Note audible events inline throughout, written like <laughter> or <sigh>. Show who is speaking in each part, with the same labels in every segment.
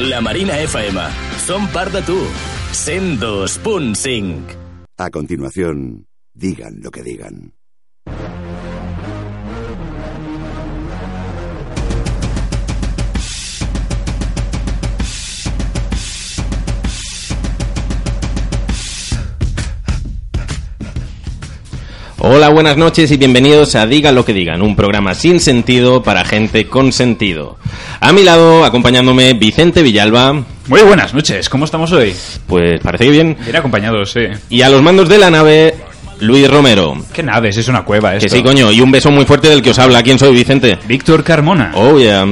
Speaker 1: La Marina FM. Som part de tu. 102.5.
Speaker 2: A continuación, digan lo que digan.
Speaker 3: Hola, buenas noches y bienvenidos a Digan lo que digan, un programa sin sentido para gente con sentido. A mi lado, acompañándome, Vicente Villalba,
Speaker 4: Muy buenas noches, ¿cómo estamos hoy?
Speaker 3: pues parece que bien.
Speaker 4: Bien acompañados, sí.
Speaker 3: Y a los mandos de la nave, Luis Romero.
Speaker 4: ¿Qué naves? Es una cueva esto.
Speaker 3: Que sí, coño, y un beso muy fuerte del que os habla. ¿Quién soy, Vicente?
Speaker 4: Víctor Carmona.
Speaker 3: Oh, yeah.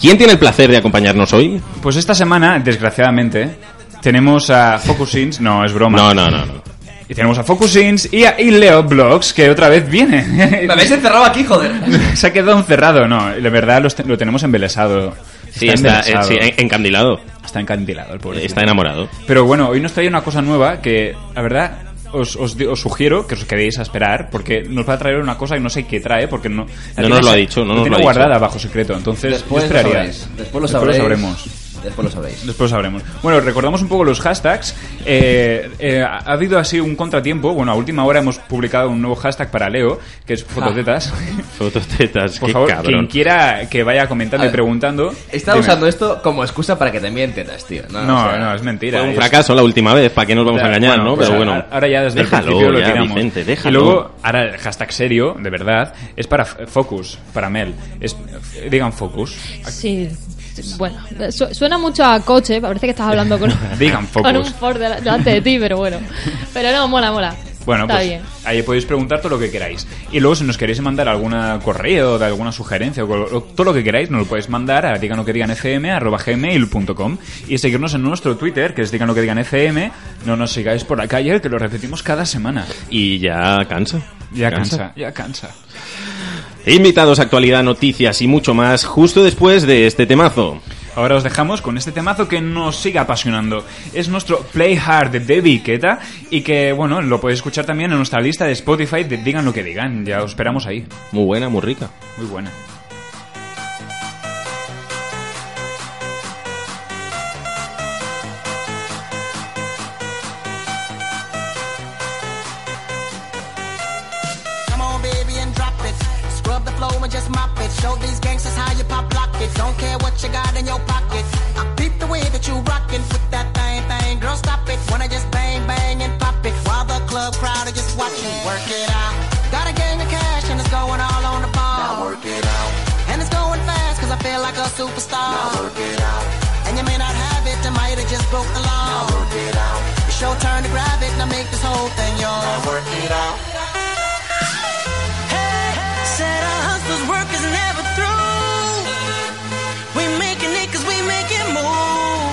Speaker 3: ¿Quién tiene el placer de acompañarnos hoy?
Speaker 4: Pues esta semana, desgraciadamente, tenemos a Focusins... No, es broma.
Speaker 3: No, no, no, no.
Speaker 4: Y tenemos a Focusins y a y Leo Blogs, que otra vez viene.
Speaker 5: Me habéis encerrado aquí, joder.
Speaker 4: <laughs> Se ha quedado encerrado, no. La verdad, los te- lo tenemos embelesado.
Speaker 3: Sí, está,
Speaker 4: embelesado.
Speaker 3: eh, sí, en- encandilado.
Speaker 4: Está encantilado el pobre.
Speaker 3: Está enamorado.
Speaker 4: Pero bueno, hoy nos trae una cosa nueva que, la verdad, os, os di- os sugiero que os quedéis a esperar, porque nos va a traer una cosa que no sé qué trae, porque no... la
Speaker 3: No nos
Speaker 4: tiene
Speaker 3: lo ha
Speaker 4: se-
Speaker 3: dicho, no nos
Speaker 4: tiene
Speaker 3: lo ha
Speaker 4: guardada
Speaker 3: dicho.
Speaker 4: bajo secreto, entonces
Speaker 5: Después
Speaker 4: yo
Speaker 5: lo
Speaker 4: esperaría.
Speaker 5: sabréis. Después lo sabréis.
Speaker 4: sabremos.
Speaker 5: Después lo sabréis.
Speaker 4: Después lo sabremos. Bueno, recordamos un poco los hashtags. Eh, eh, ha habido así un contratiempo. Bueno, a última hora hemos publicado un nuevo hashtag para Leo, que es fototetas.
Speaker 5: Ah.
Speaker 4: <laughs>
Speaker 3: Fototetas,
Speaker 4: Por
Speaker 3: qué
Speaker 4: favor, quien
Speaker 3: cabrón.
Speaker 4: quiera que vaya comentando
Speaker 5: A
Speaker 4: y
Speaker 5: ver,
Speaker 4: preguntando.
Speaker 5: Ah, Está
Speaker 4: dime.
Speaker 5: usando esto como excusa para que te mientetas, tío. No,
Speaker 4: No,
Speaker 5: o sea,
Speaker 4: no, es mentira.
Speaker 3: Fue un
Speaker 4: Es-
Speaker 3: fracaso la última vez, ¿para qué nos vamos a engañar, no?
Speaker 4: pues
Speaker 3: Pero
Speaker 4: a-
Speaker 3: bueno.
Speaker 4: Ahora ya desde
Speaker 3: déjalo,
Speaker 4: el principio lo
Speaker 3: ya,
Speaker 4: tiramos.
Speaker 3: Vicente, déjalo.
Speaker 4: Y luego, ahora el hashtag serio, de verdad, es para f- Focus, para Mel. Es, f- digan Focus.
Speaker 6: Sí. Bueno, eh, su- suena mucho a coche, parece que estás
Speaker 4: <laughs>
Speaker 6: hablando con,
Speaker 4: Digan
Speaker 6: <laughs> con un
Speaker 4: Focus.
Speaker 6: Ford dela- delante de ti,
Speaker 4: <laughs>
Speaker 6: pero bueno. Pero no, mola, mola.
Speaker 4: Bueno,
Speaker 6: Está
Speaker 4: pues
Speaker 6: bien.
Speaker 4: ahí podéis preguntar todo lo que queráis. Y luego, si nos queréis mandar alguna correo, de alguna sugerencia, o co- o todo lo que queráis, nos lo podéis mandar a digan que digan fm, arroba gmail.com y seguirnos en nuestro Twitter, que es digan lo que digan fm. No nos sigáis por la calle, que lo repetimos cada semana.
Speaker 3: Y ya cansa.
Speaker 4: Ya cansa, ya cansa.
Speaker 3: Invitados, actualidad, noticias y mucho más justo después de este temazo.
Speaker 4: Ahora os dejamos con este temazo que nos sigue apasionando. Es nuestro Play Hard de Debbie Guetta y que, bueno, lo podéis escuchar también en nuestra lista de Spotify de Digan lo que digan. Ya os esperamos ahí.
Speaker 3: Muy buena, muy rica.
Speaker 4: Muy buena.
Speaker 7: Come on, baby, and drop it. Scrub the floor and just mop it. Show these gangsters how you pop lock it. Don't care what you got in your pocket. I peep the way that you rockin' with that thing, thing. Girl, stop it. Wanna just bang, bang, and pop it. While the club crowd are just watching. Work it out. Got a gang of cash and it's going all on the ball. Now work it out. And it's going fast cause I feel like a superstar. Now work it out. And you may not have it, I might have just broke the law. Now work it out. It's your turn to grab it. Now make this whole thing yours. Now work it out. Said our hustler's work is never through. We making it cause we make it move.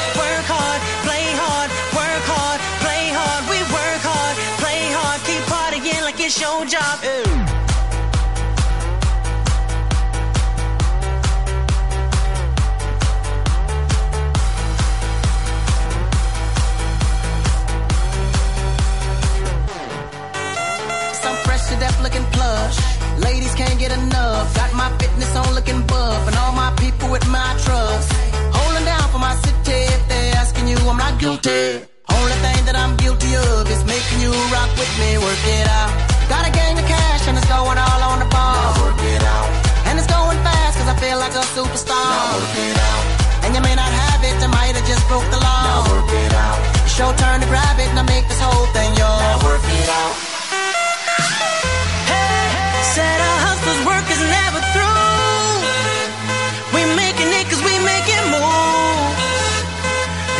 Speaker 7: Work hard, play hard, work hard, play hard. We work hard, play hard, keep partying like it's your job. Ew. I'm fresh to death looking plush. Ladies can't get enough. Got my fitness on looking buff. And all my people with my trust. Holding down for my city. If they're asking you, I'm not guilty. Only thing that I'm guilty of is making you rock with me. Work it out. Got a gang of cash and it's going all on the ball. work it out. And it's going fast cause I feel like a superstar. work it out. And you may not have it, I might have just broke the law. work it out. It's your turn to grab it, now make this whole thing yours. work it out. Said our hustler's work is never through. We making it cause we make it move.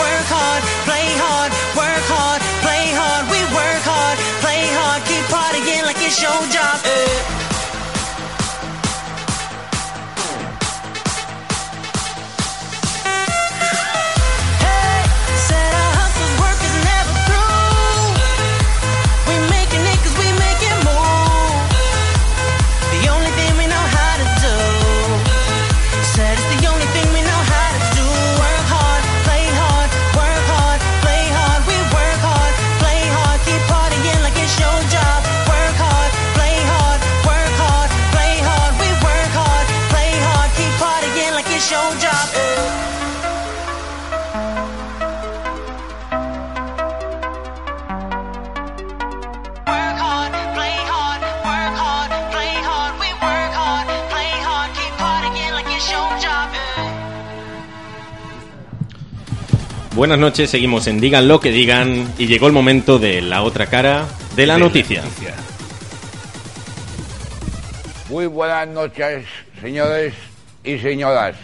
Speaker 7: Work hard, play hard, work hard, play hard. We work hard, play hard, keep partying like it's your job. eh. Hey, said our hustle's work is never through. We making it 'cause we make it move. The only thing we know how to do. Said it's the only thing we know how to do. Work hard, play hard, work hard, play hard. We work hard, play hard, keep partying like it's your job. Work hard, play hard, work hard, play hard. We work hard, play hard, keep partying like it's your job. eh. Work hard, play hard, work hard, play hard. We work hard, play hard, keep partying like it's your job.
Speaker 3: Buenas noches, seguimos en Digan lo que digan y llegó el momento de la otra cara de la noticia.
Speaker 8: Muy buenas noches, señores y señoras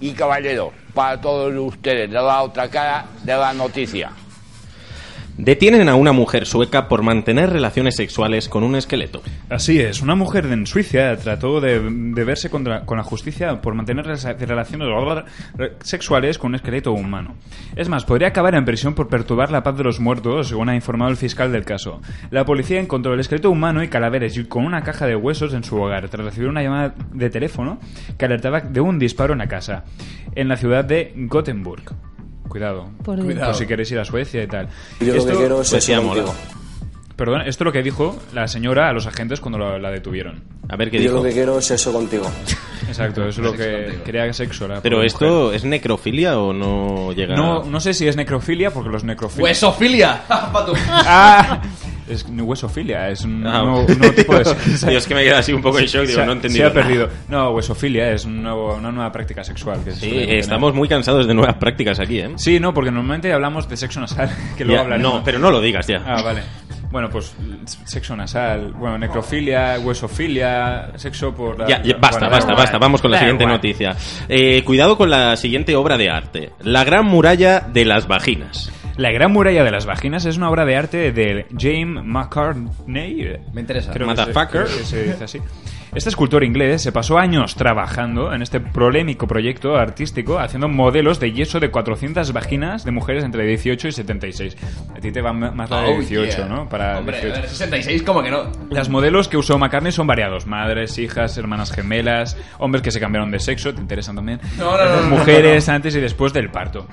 Speaker 8: y, y caballeros, para todos ustedes de la otra cara de la noticia.
Speaker 3: Detienen a una mujer sueca por mantener relaciones sexuales con un esqueleto.
Speaker 4: Así es, una mujer en Suiza trató de, de verse contra- con la justicia por mantener rela- relaciones eh, sexuales con un esqueleto humano. Es más, podría acabar en prisión por perturbar la paz de los muertos, según ha informado el fiscal del caso. La policía encontró el esqueleto humano y calaveres y con una caja de huesos en su hogar, tras recibir una llamada de teléfono que alertaba de un disparo en la casa, en la ciudad de Gothenburg. Cuidado,
Speaker 6: Por Dios.
Speaker 4: por si queréis ir a Suecia y tal. Esto-
Speaker 3: Suecia mola.
Speaker 4: Perdón, esto es lo que dijo la señora a los agentes cuando la, la detuvieron.
Speaker 3: A ver qué dijo.
Speaker 9: quiero es eso contigo.
Speaker 4: Exacto, es lo que quería sexo. la
Speaker 3: Pero
Speaker 4: pobre mujer.
Speaker 3: esto es necrofilia o no llega.
Speaker 4: No, no sé si es necrofilia, porque los necrofilia.
Speaker 5: ¡Huesofilia! <laughs> Pa' tu-
Speaker 4: ¡Ah! Es huesofilia, es un
Speaker 3: Ah,
Speaker 4: nuevo,
Speaker 3: ok.
Speaker 4: nuevo tipo
Speaker 3: <laughs>
Speaker 4: de.
Speaker 3: Yo es que me quedé así un poco en shock, digo,
Speaker 4: se ha,
Speaker 3: no he
Speaker 4: se
Speaker 3: entendido
Speaker 4: ha
Speaker 3: nada.
Speaker 4: perdido. No, huesofilia es un nuevo- una nueva práctica sexual. Que se
Speaker 3: Sí,
Speaker 4: suele tener.
Speaker 3: estamos muy cansados de nuevas prácticas aquí, ¿eh?
Speaker 4: Sí, no, porque normalmente hablamos de sexo nasal, <laughs> que luego
Speaker 3: Ya,
Speaker 4: hablaremos.
Speaker 3: no, pero no lo digas ya.
Speaker 4: Ah, vale. Bueno, pues sexo nasal, bueno, necrofilia, huesofilia, sexo por... la-
Speaker 3: Ya, ya,
Speaker 4: bueno,
Speaker 3: basta,
Speaker 4: da
Speaker 3: basta,
Speaker 4: igual.
Speaker 3: basta. Vamos con la
Speaker 4: Da
Speaker 3: siguiente
Speaker 4: igual.
Speaker 3: noticia. Eh, cuidado con la siguiente obra de arte. La gran muralla de las vaginas.
Speaker 4: La Gran Muralla de las Vaginas es una obra de arte de James McCartney.
Speaker 5: Me interesa.
Speaker 4: Creo que se-
Speaker 3: Motherfucker.
Speaker 4: creo que se dice así. Este escultor inglés se pasó años trabajando en este polémico proyecto artístico haciendo modelos de yeso de 400 vaginas de mujeres entre 18 y 76. A ti te va m- más la de
Speaker 5: Oh,
Speaker 4: 18,
Speaker 5: yeah.
Speaker 4: ¿no? Para
Speaker 5: Hombre,
Speaker 4: 18.
Speaker 5: a ver, 66 como que no.
Speaker 4: Las modelos que usó McCartney son variados: madres, hijas, hermanas gemelas, hombres que se cambiaron de sexo, te interesan también.
Speaker 5: No, no, no, no, no,
Speaker 4: mujeres antes y después del parto.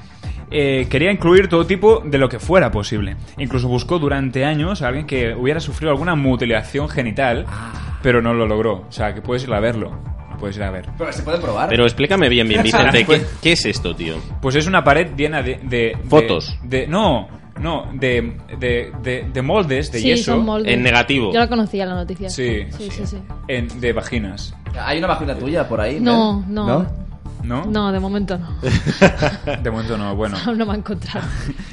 Speaker 4: Eh, quería incluir todo tipo de lo que fuera posible. Incluso buscó durante años a alguien que hubiera sufrido alguna mutilación genital,
Speaker 5: Ah.
Speaker 4: pero no lo logró. O sea, que puedes ir a verlo. No puedes ir a ver.
Speaker 5: Pero se puede probar.
Speaker 3: Pero explícame
Speaker 4: <laughs>
Speaker 3: bien, bien, Vicente. ¿Qué, qué es esto, tío?
Speaker 4: Pues es una pared llena de. de- de-
Speaker 3: Fotos.
Speaker 4: De, no, no, de, de, de- de moldes, de
Speaker 6: sí,
Speaker 4: yeso.
Speaker 6: son moldes.
Speaker 3: En negativo.
Speaker 6: Yo la conocía la noticia.
Speaker 4: Sí.
Speaker 6: sí, sí. sí.
Speaker 4: en- de vaginas.
Speaker 5: Hay una vagina tuya por ahí.
Speaker 6: No,
Speaker 5: Mel?
Speaker 6: no,
Speaker 5: ¿No?
Speaker 6: no.
Speaker 4: ¿No?
Speaker 6: de momento no.
Speaker 4: De momento no, bueno.
Speaker 6: Aún <laughs> no me han encontrado.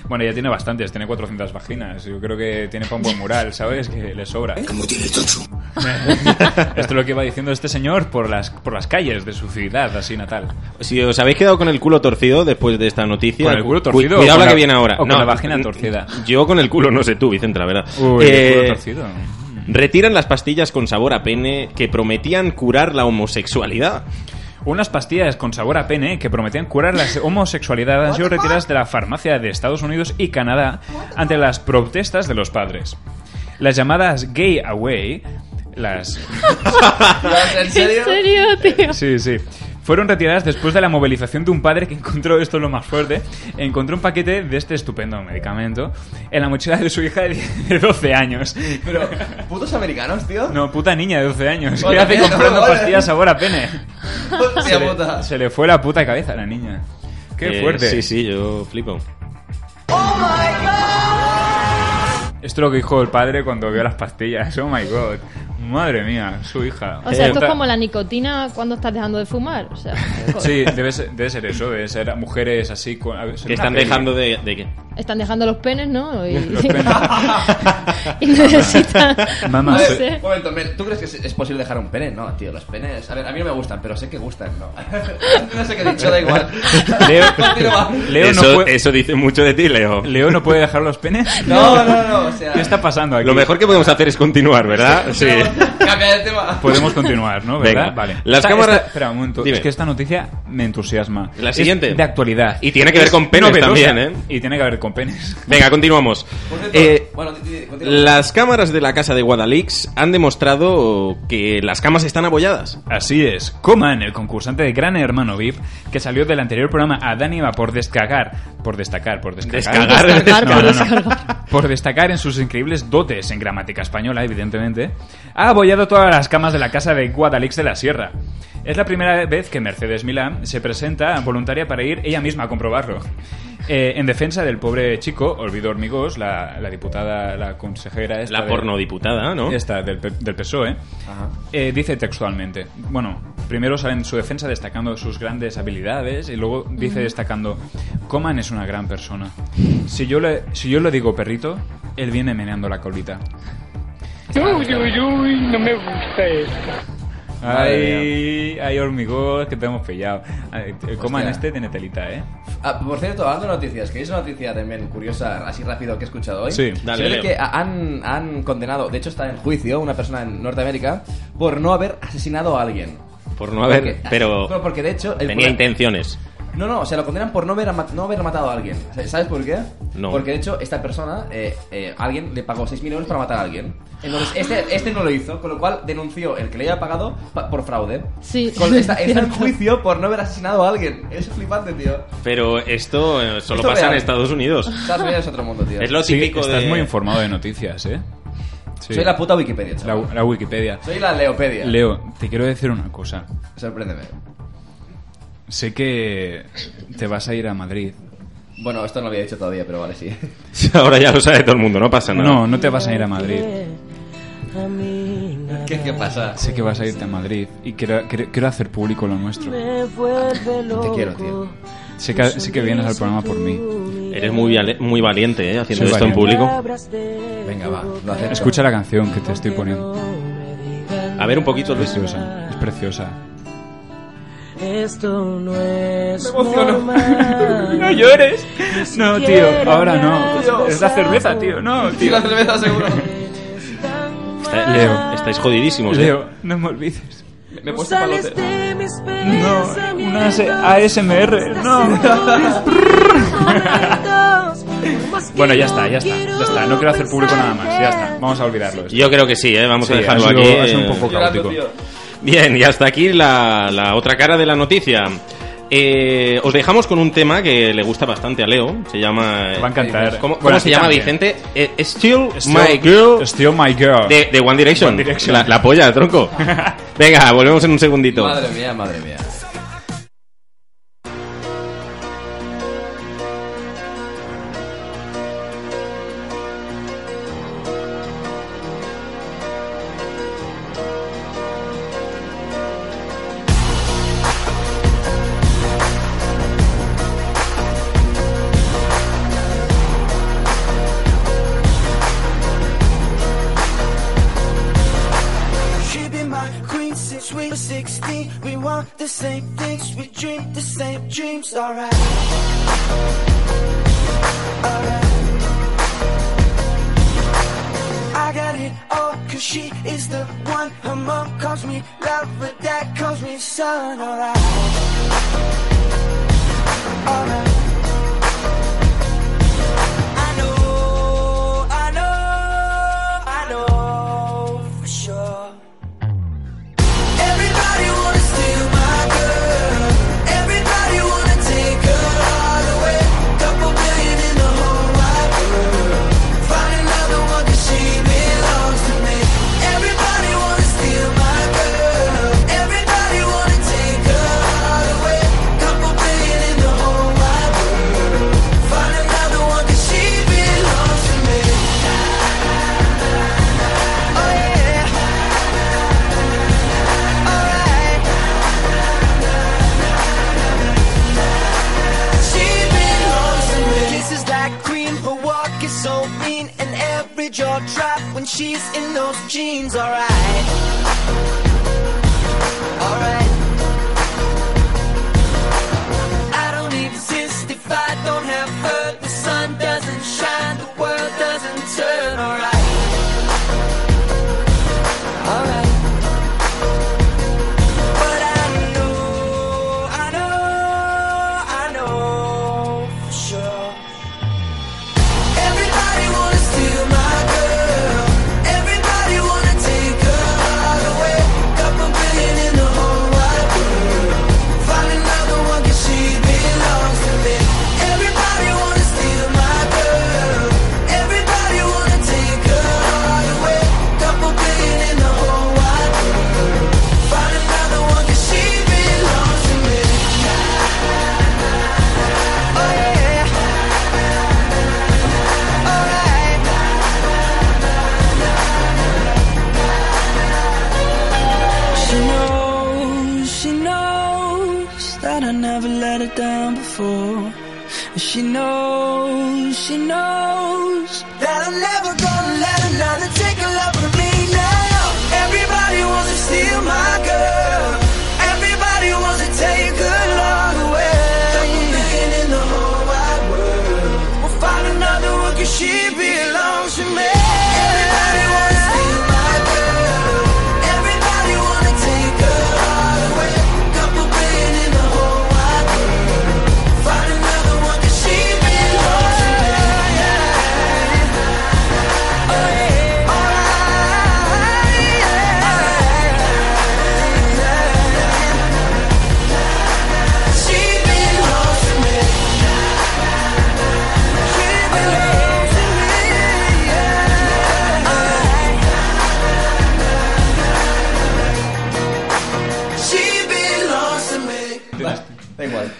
Speaker 4: Bueno, ya tiene bastantes, tiene 400 vaginas. Yo creo que tiene para un buen mural, ¿sabes? Que le sobra. <laughs> Esto es lo que va diciendo este señor por las, por las calles de su ciudad, así natal.
Speaker 3: Si os habéis quedado con el culo torcido después de esta noticia.
Speaker 4: ¿Con el culo
Speaker 3: cu-
Speaker 4: torcido o con
Speaker 3: cuidado la
Speaker 4: la-
Speaker 3: que viene ahora.
Speaker 4: o con la vagina torcida?
Speaker 3: Yo con el culo, no sé tú, Vicente, la verdad.
Speaker 4: Uy, el culo
Speaker 3: Eh,
Speaker 4: torcido.
Speaker 3: Retiran las pastillas con sabor a pene que prometían curar la homosexualidad.
Speaker 4: Unas pastillas con sabor a pene que prometían curar la homosexualidad han sido retiradas de la farmacia de Estados Unidos y Canadá ante las protestas de los padres. Las llamadas gay away, las
Speaker 5: ¿En
Speaker 6: <laughs>
Speaker 5: serio?
Speaker 6: ¿En serio, tío?
Speaker 4: Sí, sí. Fueron retiradas después de la movilización de un padre que encontró, esto es lo más fuerte, encontró un paquete de este estupendo medicamento en la mochila de su hija de 10 de 12 años.
Speaker 5: Pero, ¿putos americanos, tío?
Speaker 4: No, puta niña de 12 años. ¿Qué
Speaker 5: Hola,
Speaker 4: hace
Speaker 5: mierda,
Speaker 4: comprando
Speaker 5: vale.
Speaker 4: pastillas sabor a pene?
Speaker 5: <laughs> Hostia
Speaker 4: Se le,
Speaker 5: puta.
Speaker 4: se le fue la puta cabeza a la niña. Qué
Speaker 3: Eh,
Speaker 4: fuerte.
Speaker 3: Sí, sí, yo flipo.
Speaker 4: Esto es lo que dijo el padre cuando vio las pastillas. Oh my god. Madre mía, su hija.
Speaker 6: O sea, esto es
Speaker 4: Puta-
Speaker 6: como la nicotina cuando estás dejando de fumar. O sea, co-
Speaker 4: Sí, debe ser, debe ser eso, debe ser a mujeres así. Con, a ver, ser
Speaker 3: Que
Speaker 4: una
Speaker 3: están
Speaker 4: peli.
Speaker 3: dejando de... de qué?
Speaker 6: Están dejando los penes, ¿no? Y, <laughs> y necesitan.
Speaker 4: Mamá,
Speaker 6: no
Speaker 5: A ver,
Speaker 6: sé.
Speaker 5: un momento, Mel, ¿tú crees que es- es posible dejar un pene? No, tío, los penes. A ver, a mí no me gustan, pero sé que gustan, ¿no? <laughs> no sé qué he dicho,
Speaker 3: <laughs>
Speaker 5: da igual. <laughs>
Speaker 4: Leo,
Speaker 5: Continúa.
Speaker 4: Leo
Speaker 3: eso,
Speaker 4: no puede,
Speaker 3: eso dice mucho de ti, Leo.
Speaker 4: Leo no puede dejar los penes.
Speaker 5: No, no, no, o sea.
Speaker 4: ¿Qué está pasando aquí?
Speaker 3: Lo mejor que podemos hacer es continuar, ¿verdad? Sí.
Speaker 5: Cambia
Speaker 3: <laughs>
Speaker 5: de tema.
Speaker 3: Pues,
Speaker 4: Podemos continuar, ¿no? ¿Verdad?
Speaker 3: Venga.
Speaker 4: Vale.
Speaker 3: Las
Speaker 4: Esta-
Speaker 3: cámaras-
Speaker 4: esta- espera un momento.
Speaker 3: Dime.
Speaker 4: Es que esta noticia me entusiasma.
Speaker 3: La
Speaker 4: Es
Speaker 3: siguiente.
Speaker 4: de actualidad.
Speaker 3: Y tiene que ver
Speaker 4: Es
Speaker 3: con penes
Speaker 4: novedosa.
Speaker 3: también, ¿eh?
Speaker 4: Y tiene que ver con penes.
Speaker 3: Venga, continuamos.
Speaker 5: Por cierto,
Speaker 3: Eh,
Speaker 5: bueno, di- di- continúa.
Speaker 3: las cámaras de la casa de Guadalix han demostrado que las camas están abolladas.
Speaker 4: Así es. Coman, el concursante de Gran Hermano VIP, que salió del anterior programa a Dani Eva por descagar. Por destacar, por descagar.
Speaker 3: Descagar.
Speaker 6: Descargar,
Speaker 4: No,
Speaker 6: por
Speaker 4: no, no.
Speaker 6: descargar.
Speaker 4: Por destacar en sus increíbles dotes en gramática española, evidentemente, ha abollado todas las camas de la casa de Guadalix de la Sierra. Es la primera vez que Mercedes Milán se presenta voluntaria para ir ella misma a comprobarlo. Eh, en defensa del pobre chico, Olvido Hormigos, la, la diputada, la consejera... esta
Speaker 3: La
Speaker 4: de-
Speaker 3: pornodiputada, ¿no?
Speaker 4: esta, del, P- E, del PSOE, eh, dice textualmente, bueno, primero sale en su defensa destacando sus grandes habilidades y luego dice destacando, Coman es una gran persona. Si yo le, si yo le digo perrito, él viene meneando la colita.
Speaker 9: Uy, uy, uy, no me gusta esto.
Speaker 4: Ay, ay, hormigón, que te hemos pillado. Ay, el Coman
Speaker 5: Hostia.
Speaker 4: este tiene telita, ¿eh?
Speaker 5: Ah, por cierto, hablando de noticias, que es una noticia de Mel curiosa, así rápido que he escuchado hoy.
Speaker 4: Sí,
Speaker 3: dale,
Speaker 5: Se ve
Speaker 3: Leo.
Speaker 5: que ha- han, han condenado, de hecho está en juicio una persona en Norteamérica por no haber asesinado a alguien.
Speaker 3: Por no haber...
Speaker 5: Porque-
Speaker 3: Pero
Speaker 5: porque de hecho. el
Speaker 3: tenía
Speaker 5: cura-
Speaker 3: intenciones.
Speaker 5: No, no, o sea, lo condenan por no haber, ama- no haber matado a alguien. O sea, ¿Sabes por qué?
Speaker 3: No.
Speaker 5: Porque de hecho, esta persona, eh, eh, alguien le pagó 6.000 euros para matar a alguien. Entonces, este, este no lo hizo, con lo cual denunció el que le había pagado pa- por fraude.
Speaker 6: Sí, <laughs>
Speaker 5: Con- está, está en
Speaker 6: cierto.
Speaker 5: juicio por no haber asesinado a alguien. Es flipante, tío.
Speaker 3: Pero esto eh, solo
Speaker 5: Esto
Speaker 3: pasa en
Speaker 5: real.
Speaker 3: Estados Unidos. <laughs>
Speaker 5: Estados Unidos es otro mundo, tío.
Speaker 3: Es lo
Speaker 4: Sí,
Speaker 3: típico
Speaker 4: estás
Speaker 3: de...
Speaker 4: muy informado de noticias, ¿eh? Sí.
Speaker 5: Soy la puta Wikipedia,
Speaker 4: La-
Speaker 5: chaval.
Speaker 4: la Wikipedia.
Speaker 5: Soy la Leopedia.
Speaker 4: Leo, te quiero decir una cosa.
Speaker 5: Sorpréndeme.
Speaker 4: Sé que te vas a ir a Madrid.
Speaker 5: Bueno, esto no lo había dicho todavía, pero vale,
Speaker 6: <laughs>
Speaker 5: sí.
Speaker 3: Ahora ya lo sabe todo el mundo, no pasa nada.
Speaker 4: No, no te vas a ir a Madrid.
Speaker 5: ¿Qué, qué pasa?
Speaker 4: Sé que vas a irte a Madrid y quiero, quiero- quiero hacer público lo nuestro.
Speaker 5: Te quiero, tío.
Speaker 4: Sé que, sé que vienes al programa por mí.
Speaker 3: Eres muy, vale- muy valiente, ¿eh? Haciendo
Speaker 4: Soy
Speaker 3: esto en
Speaker 4: valiente.
Speaker 3: público.
Speaker 5: Venga, va. Lo acepto. <laughs>
Speaker 4: Escucha la canción que te estoy poniendo.
Speaker 3: A ver un poquito, Luis.
Speaker 4: Preciosa, es preciosa.
Speaker 9: es
Speaker 4: <laughs> No llores. No, tío, ahora no. Es la cerveza, tío. No,
Speaker 5: Sí,
Speaker 4: tío.
Speaker 5: la cerveza, seguro.
Speaker 3: Está-
Speaker 4: Leo.
Speaker 3: Estáis jodidísimos, ¿eh?
Speaker 4: Leo, no me olvides.
Speaker 5: Me he puesto palote.
Speaker 4: No, una S- ASMR. <laughs> No. <laughs> Bueno, ya está, ya está. Ya está. No quiero hacer público nada más. Ya está. Vamos a olvidarlo. esto.
Speaker 3: Yo creo que sí, ¿eh? Vamos a
Speaker 4: Sí,
Speaker 3: dejarlo
Speaker 4: ha sido-
Speaker 3: aquí.
Speaker 4: ha sido
Speaker 3: eh.
Speaker 4: un poco
Speaker 5: Llorando,
Speaker 4: caótico.
Speaker 5: tío.
Speaker 3: Bien, y hasta aquí la, la otra cara de la noticia. Eh, os dejamos con un tema que le gusta bastante a Leo. Se llama. eh,
Speaker 4: Va a encantar.
Speaker 3: ¿Cómo,
Speaker 4: Bueno,
Speaker 3: cómo
Speaker 4: a
Speaker 3: se
Speaker 4: ti
Speaker 3: llama,
Speaker 4: también.
Speaker 3: Vicente? Eh, Still,
Speaker 4: Still-
Speaker 3: My Girl.
Speaker 4: Still my girl.
Speaker 3: De, de One Direction.
Speaker 4: One Direction.
Speaker 3: La, la polla,
Speaker 4: <laughs>
Speaker 3: tronco. Venga, volvemos en un segundito.
Speaker 5: Madre mía, madre mía.
Speaker 9: She been my queen since we were 16. We want the same things, we dream the same dreams, alright. Alright. I got it all, cause she is the one. Her mom calls me love, but dad calls me son, alright. Alright. I know, I know, I know for sure. Everybody wanna steal my girl. Everybody wanna take her all away. Couple billion in the whole wide world. Find another one 'cause she belongs to me. Everybody wanna steal my girl. Everybody wanna take her all away. Couple billion in the whole wide Oh, every jaw drop when she's in those jeans, alright. Alright. I don't exist if I don't have her. The sun doesn't shine, the world doesn't turn, alright. Alright. But I know, I know, I know for sure. Everybody wanna steal my girl. Everybody wanna take her heart away. Couple billion in the whole wide world. Find another one 'cause she belongs to me. Everybody wanna steal my girl. Everybody wanna take her heart away. Couple billion in the whole wide world. Find another one 'cause she belongs to me. Oh yeah. She knows, she knows that I never let her down before. And She knows, she knows that I'm never gonna let another take a love from me now. Everybody wants to steal my girl. Everybody wants to take her love away. Double million in the whole wide world. We'll find another one 'cause she belongs to me. Everybody wants to steal my girl. Everybody wanna take her heart away. Couple billion in the whole wide world. Find another one 'cause she belongs to me. Oh, yeah. Alright, yeah. She belongs to me. She belongs to me, yeah. Alright. She belongs to me.
Speaker 5: Da igual.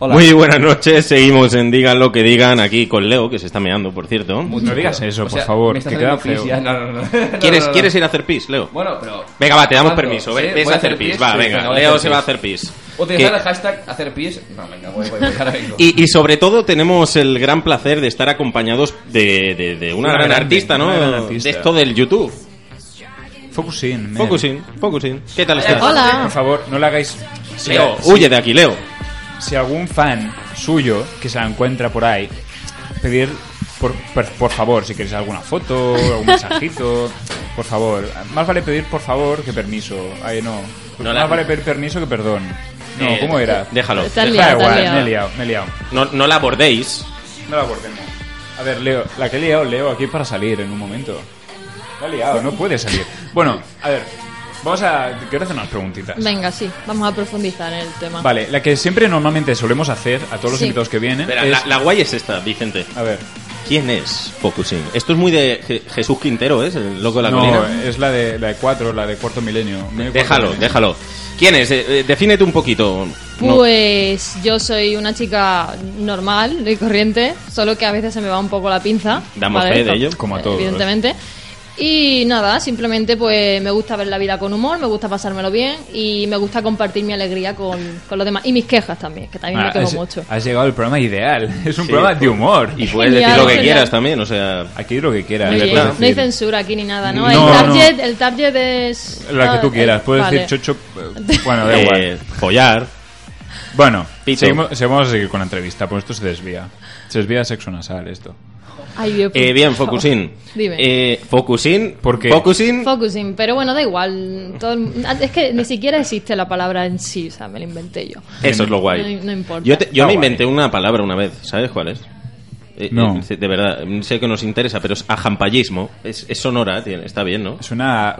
Speaker 3: Muy buenas noches, seguimos en Digan lo que digan aquí con Leo, que se está meando, por cierto.
Speaker 4: No digas eso,
Speaker 5: O
Speaker 4: por
Speaker 5: sea,
Speaker 4: favor,
Speaker 5: me está
Speaker 4: que queda
Speaker 5: saliendo
Speaker 4: feo.
Speaker 5: pis ya. No, no, no. No,
Speaker 3: ¿Quieres,
Speaker 5: no, no.
Speaker 3: ¿Quieres ir a hacer pis, Leo?
Speaker 5: Bueno, pero.
Speaker 3: Venga, va, te damos
Speaker 5: ¿Cuándo?
Speaker 3: permiso.
Speaker 5: ¿Sí?
Speaker 3: ve- Ves
Speaker 5: ¿Voy
Speaker 3: a hacer pis, va,
Speaker 5: Sí,
Speaker 3: venga.
Speaker 5: voy
Speaker 3: Leo
Speaker 5: hacer
Speaker 3: se va a hacer pis.
Speaker 5: Utilizar
Speaker 3: Que-
Speaker 5: el hashtag hacer pis. No, venga, voy, voy, voy, ahora vengo.
Speaker 3: <laughs> Y, y sobre todo tenemos el gran placer de estar acompañados de, de- de una,
Speaker 4: Una
Speaker 3: gran
Speaker 4: grande,
Speaker 3: artista, ¿no?
Speaker 4: una gran artista.
Speaker 3: De esto del YouTube.
Speaker 4: Focus in, man.
Speaker 3: Focusing, Focusing. ¿Qué tal
Speaker 5: Hola.
Speaker 3: estás?
Speaker 6: Hola.
Speaker 4: Por favor, no le hagáis... Si,
Speaker 3: Leo,
Speaker 4: si-
Speaker 3: huye de aquí, Leo.
Speaker 4: si algún fan suyo que se la encuentra por ahí, pedir, por, per- por favor, si queréis alguna foto, algún mensajito, por favor. Más vale pedir por favor que permiso. Ay, no.
Speaker 3: No la-
Speaker 4: Más vale pedir permiso que perdón. No,
Speaker 3: Eh,
Speaker 4: ¿cómo era?
Speaker 3: Déjalo.
Speaker 6: Está
Speaker 4: Da
Speaker 6: liado,
Speaker 4: igual,
Speaker 6: está liado.
Speaker 4: me he liado, me he liado.
Speaker 3: No, no la abordéis.
Speaker 4: No la abordemos. A ver, Leo, la que he liado, Leo, aquí para salir en un momento. La he liado, no puede salir. Bueno, a ver, vamos a... Quiero hacer unas preguntitas.
Speaker 6: Venga, sí, vamos a profundizar en el tema.
Speaker 4: Vale, la que siempre normalmente solemos hacer a todos los
Speaker 6: Sí.
Speaker 4: invitados que vienen
Speaker 3: Espera,
Speaker 4: es...
Speaker 3: la, la guay es esta, Vicente.
Speaker 4: A ver,
Speaker 3: ¿Quién es Focusing? Esto es muy de Je- Jesús Quintero, ¿eh? ¿es? El loco de la
Speaker 4: no, eh.
Speaker 3: colina.
Speaker 4: es la de, la de cuatro, la de cuarto milenio. Medio cuarto
Speaker 3: Déjalo,
Speaker 4: milenio.
Speaker 3: déjalo. ¿Quién es? Eh, eh, defínete un poquito. No.
Speaker 6: Pues yo soy una chica normal y corriente, solo que a veces se me va un poco la pinza.
Speaker 3: Damos fe de ello,
Speaker 4: como a todos.
Speaker 6: Evidentemente. Y nada, simplemente pues me gusta ver la vida con humor, me gusta pasármelo bien y me gusta compartir mi alegría con, con los demás. Y mis quejas también, que también
Speaker 4: Ah,
Speaker 6: me quejo
Speaker 4: has,
Speaker 6: mucho.
Speaker 4: has llegado al programa ideal. <laughs> Es un
Speaker 3: Sí.
Speaker 4: programa de humor.
Speaker 3: Y puedes
Speaker 6: Genial,
Speaker 3: decir lo que
Speaker 6: genial.
Speaker 3: quieras también, o sea...
Speaker 4: Aquí lo que quieras.
Speaker 6: No,
Speaker 4: le
Speaker 6: hay-
Speaker 4: puedes
Speaker 6: no hay
Speaker 4: decir
Speaker 6: censura aquí ni nada, ¿no?
Speaker 4: No,
Speaker 6: el,
Speaker 4: no.
Speaker 6: target, el target es... Ah,
Speaker 4: La que tú quieras. Puedes
Speaker 6: Vale.
Speaker 4: decir chocho... eh, Bueno, da
Speaker 3: eh,
Speaker 4: igual.
Speaker 3: follar.
Speaker 4: Bueno,
Speaker 3: Pito.
Speaker 4: seguimos, se- vamos a seguir con la entrevista, pues esto se desvía. Se desvía a sexo nasal esto.
Speaker 6: Ay, Dios,
Speaker 3: Eh,
Speaker 6: por
Speaker 3: bien,
Speaker 6: favor.
Speaker 3: Focusing.
Speaker 6: Dime.
Speaker 3: Eh, focusing.
Speaker 4: ¿Por qué?
Speaker 3: Focusing.
Speaker 6: Focusing, pero bueno, da igual. Todo el- ah, es que ni siquiera existe la palabra en sí, o sea, me la inventé yo.
Speaker 3: Eso es lo guay.
Speaker 6: No- no importa.
Speaker 3: Yo, te- yo
Speaker 4: Ah,
Speaker 3: me
Speaker 4: guay.
Speaker 3: inventé una palabra una vez, ¿sabes cuál es? Eh,
Speaker 4: No.
Speaker 3: eh, de verdad, sé que nos interesa, pero es ajampallismo. Es, es sonora, tiene- está bien, ¿no?
Speaker 4: Suena... a-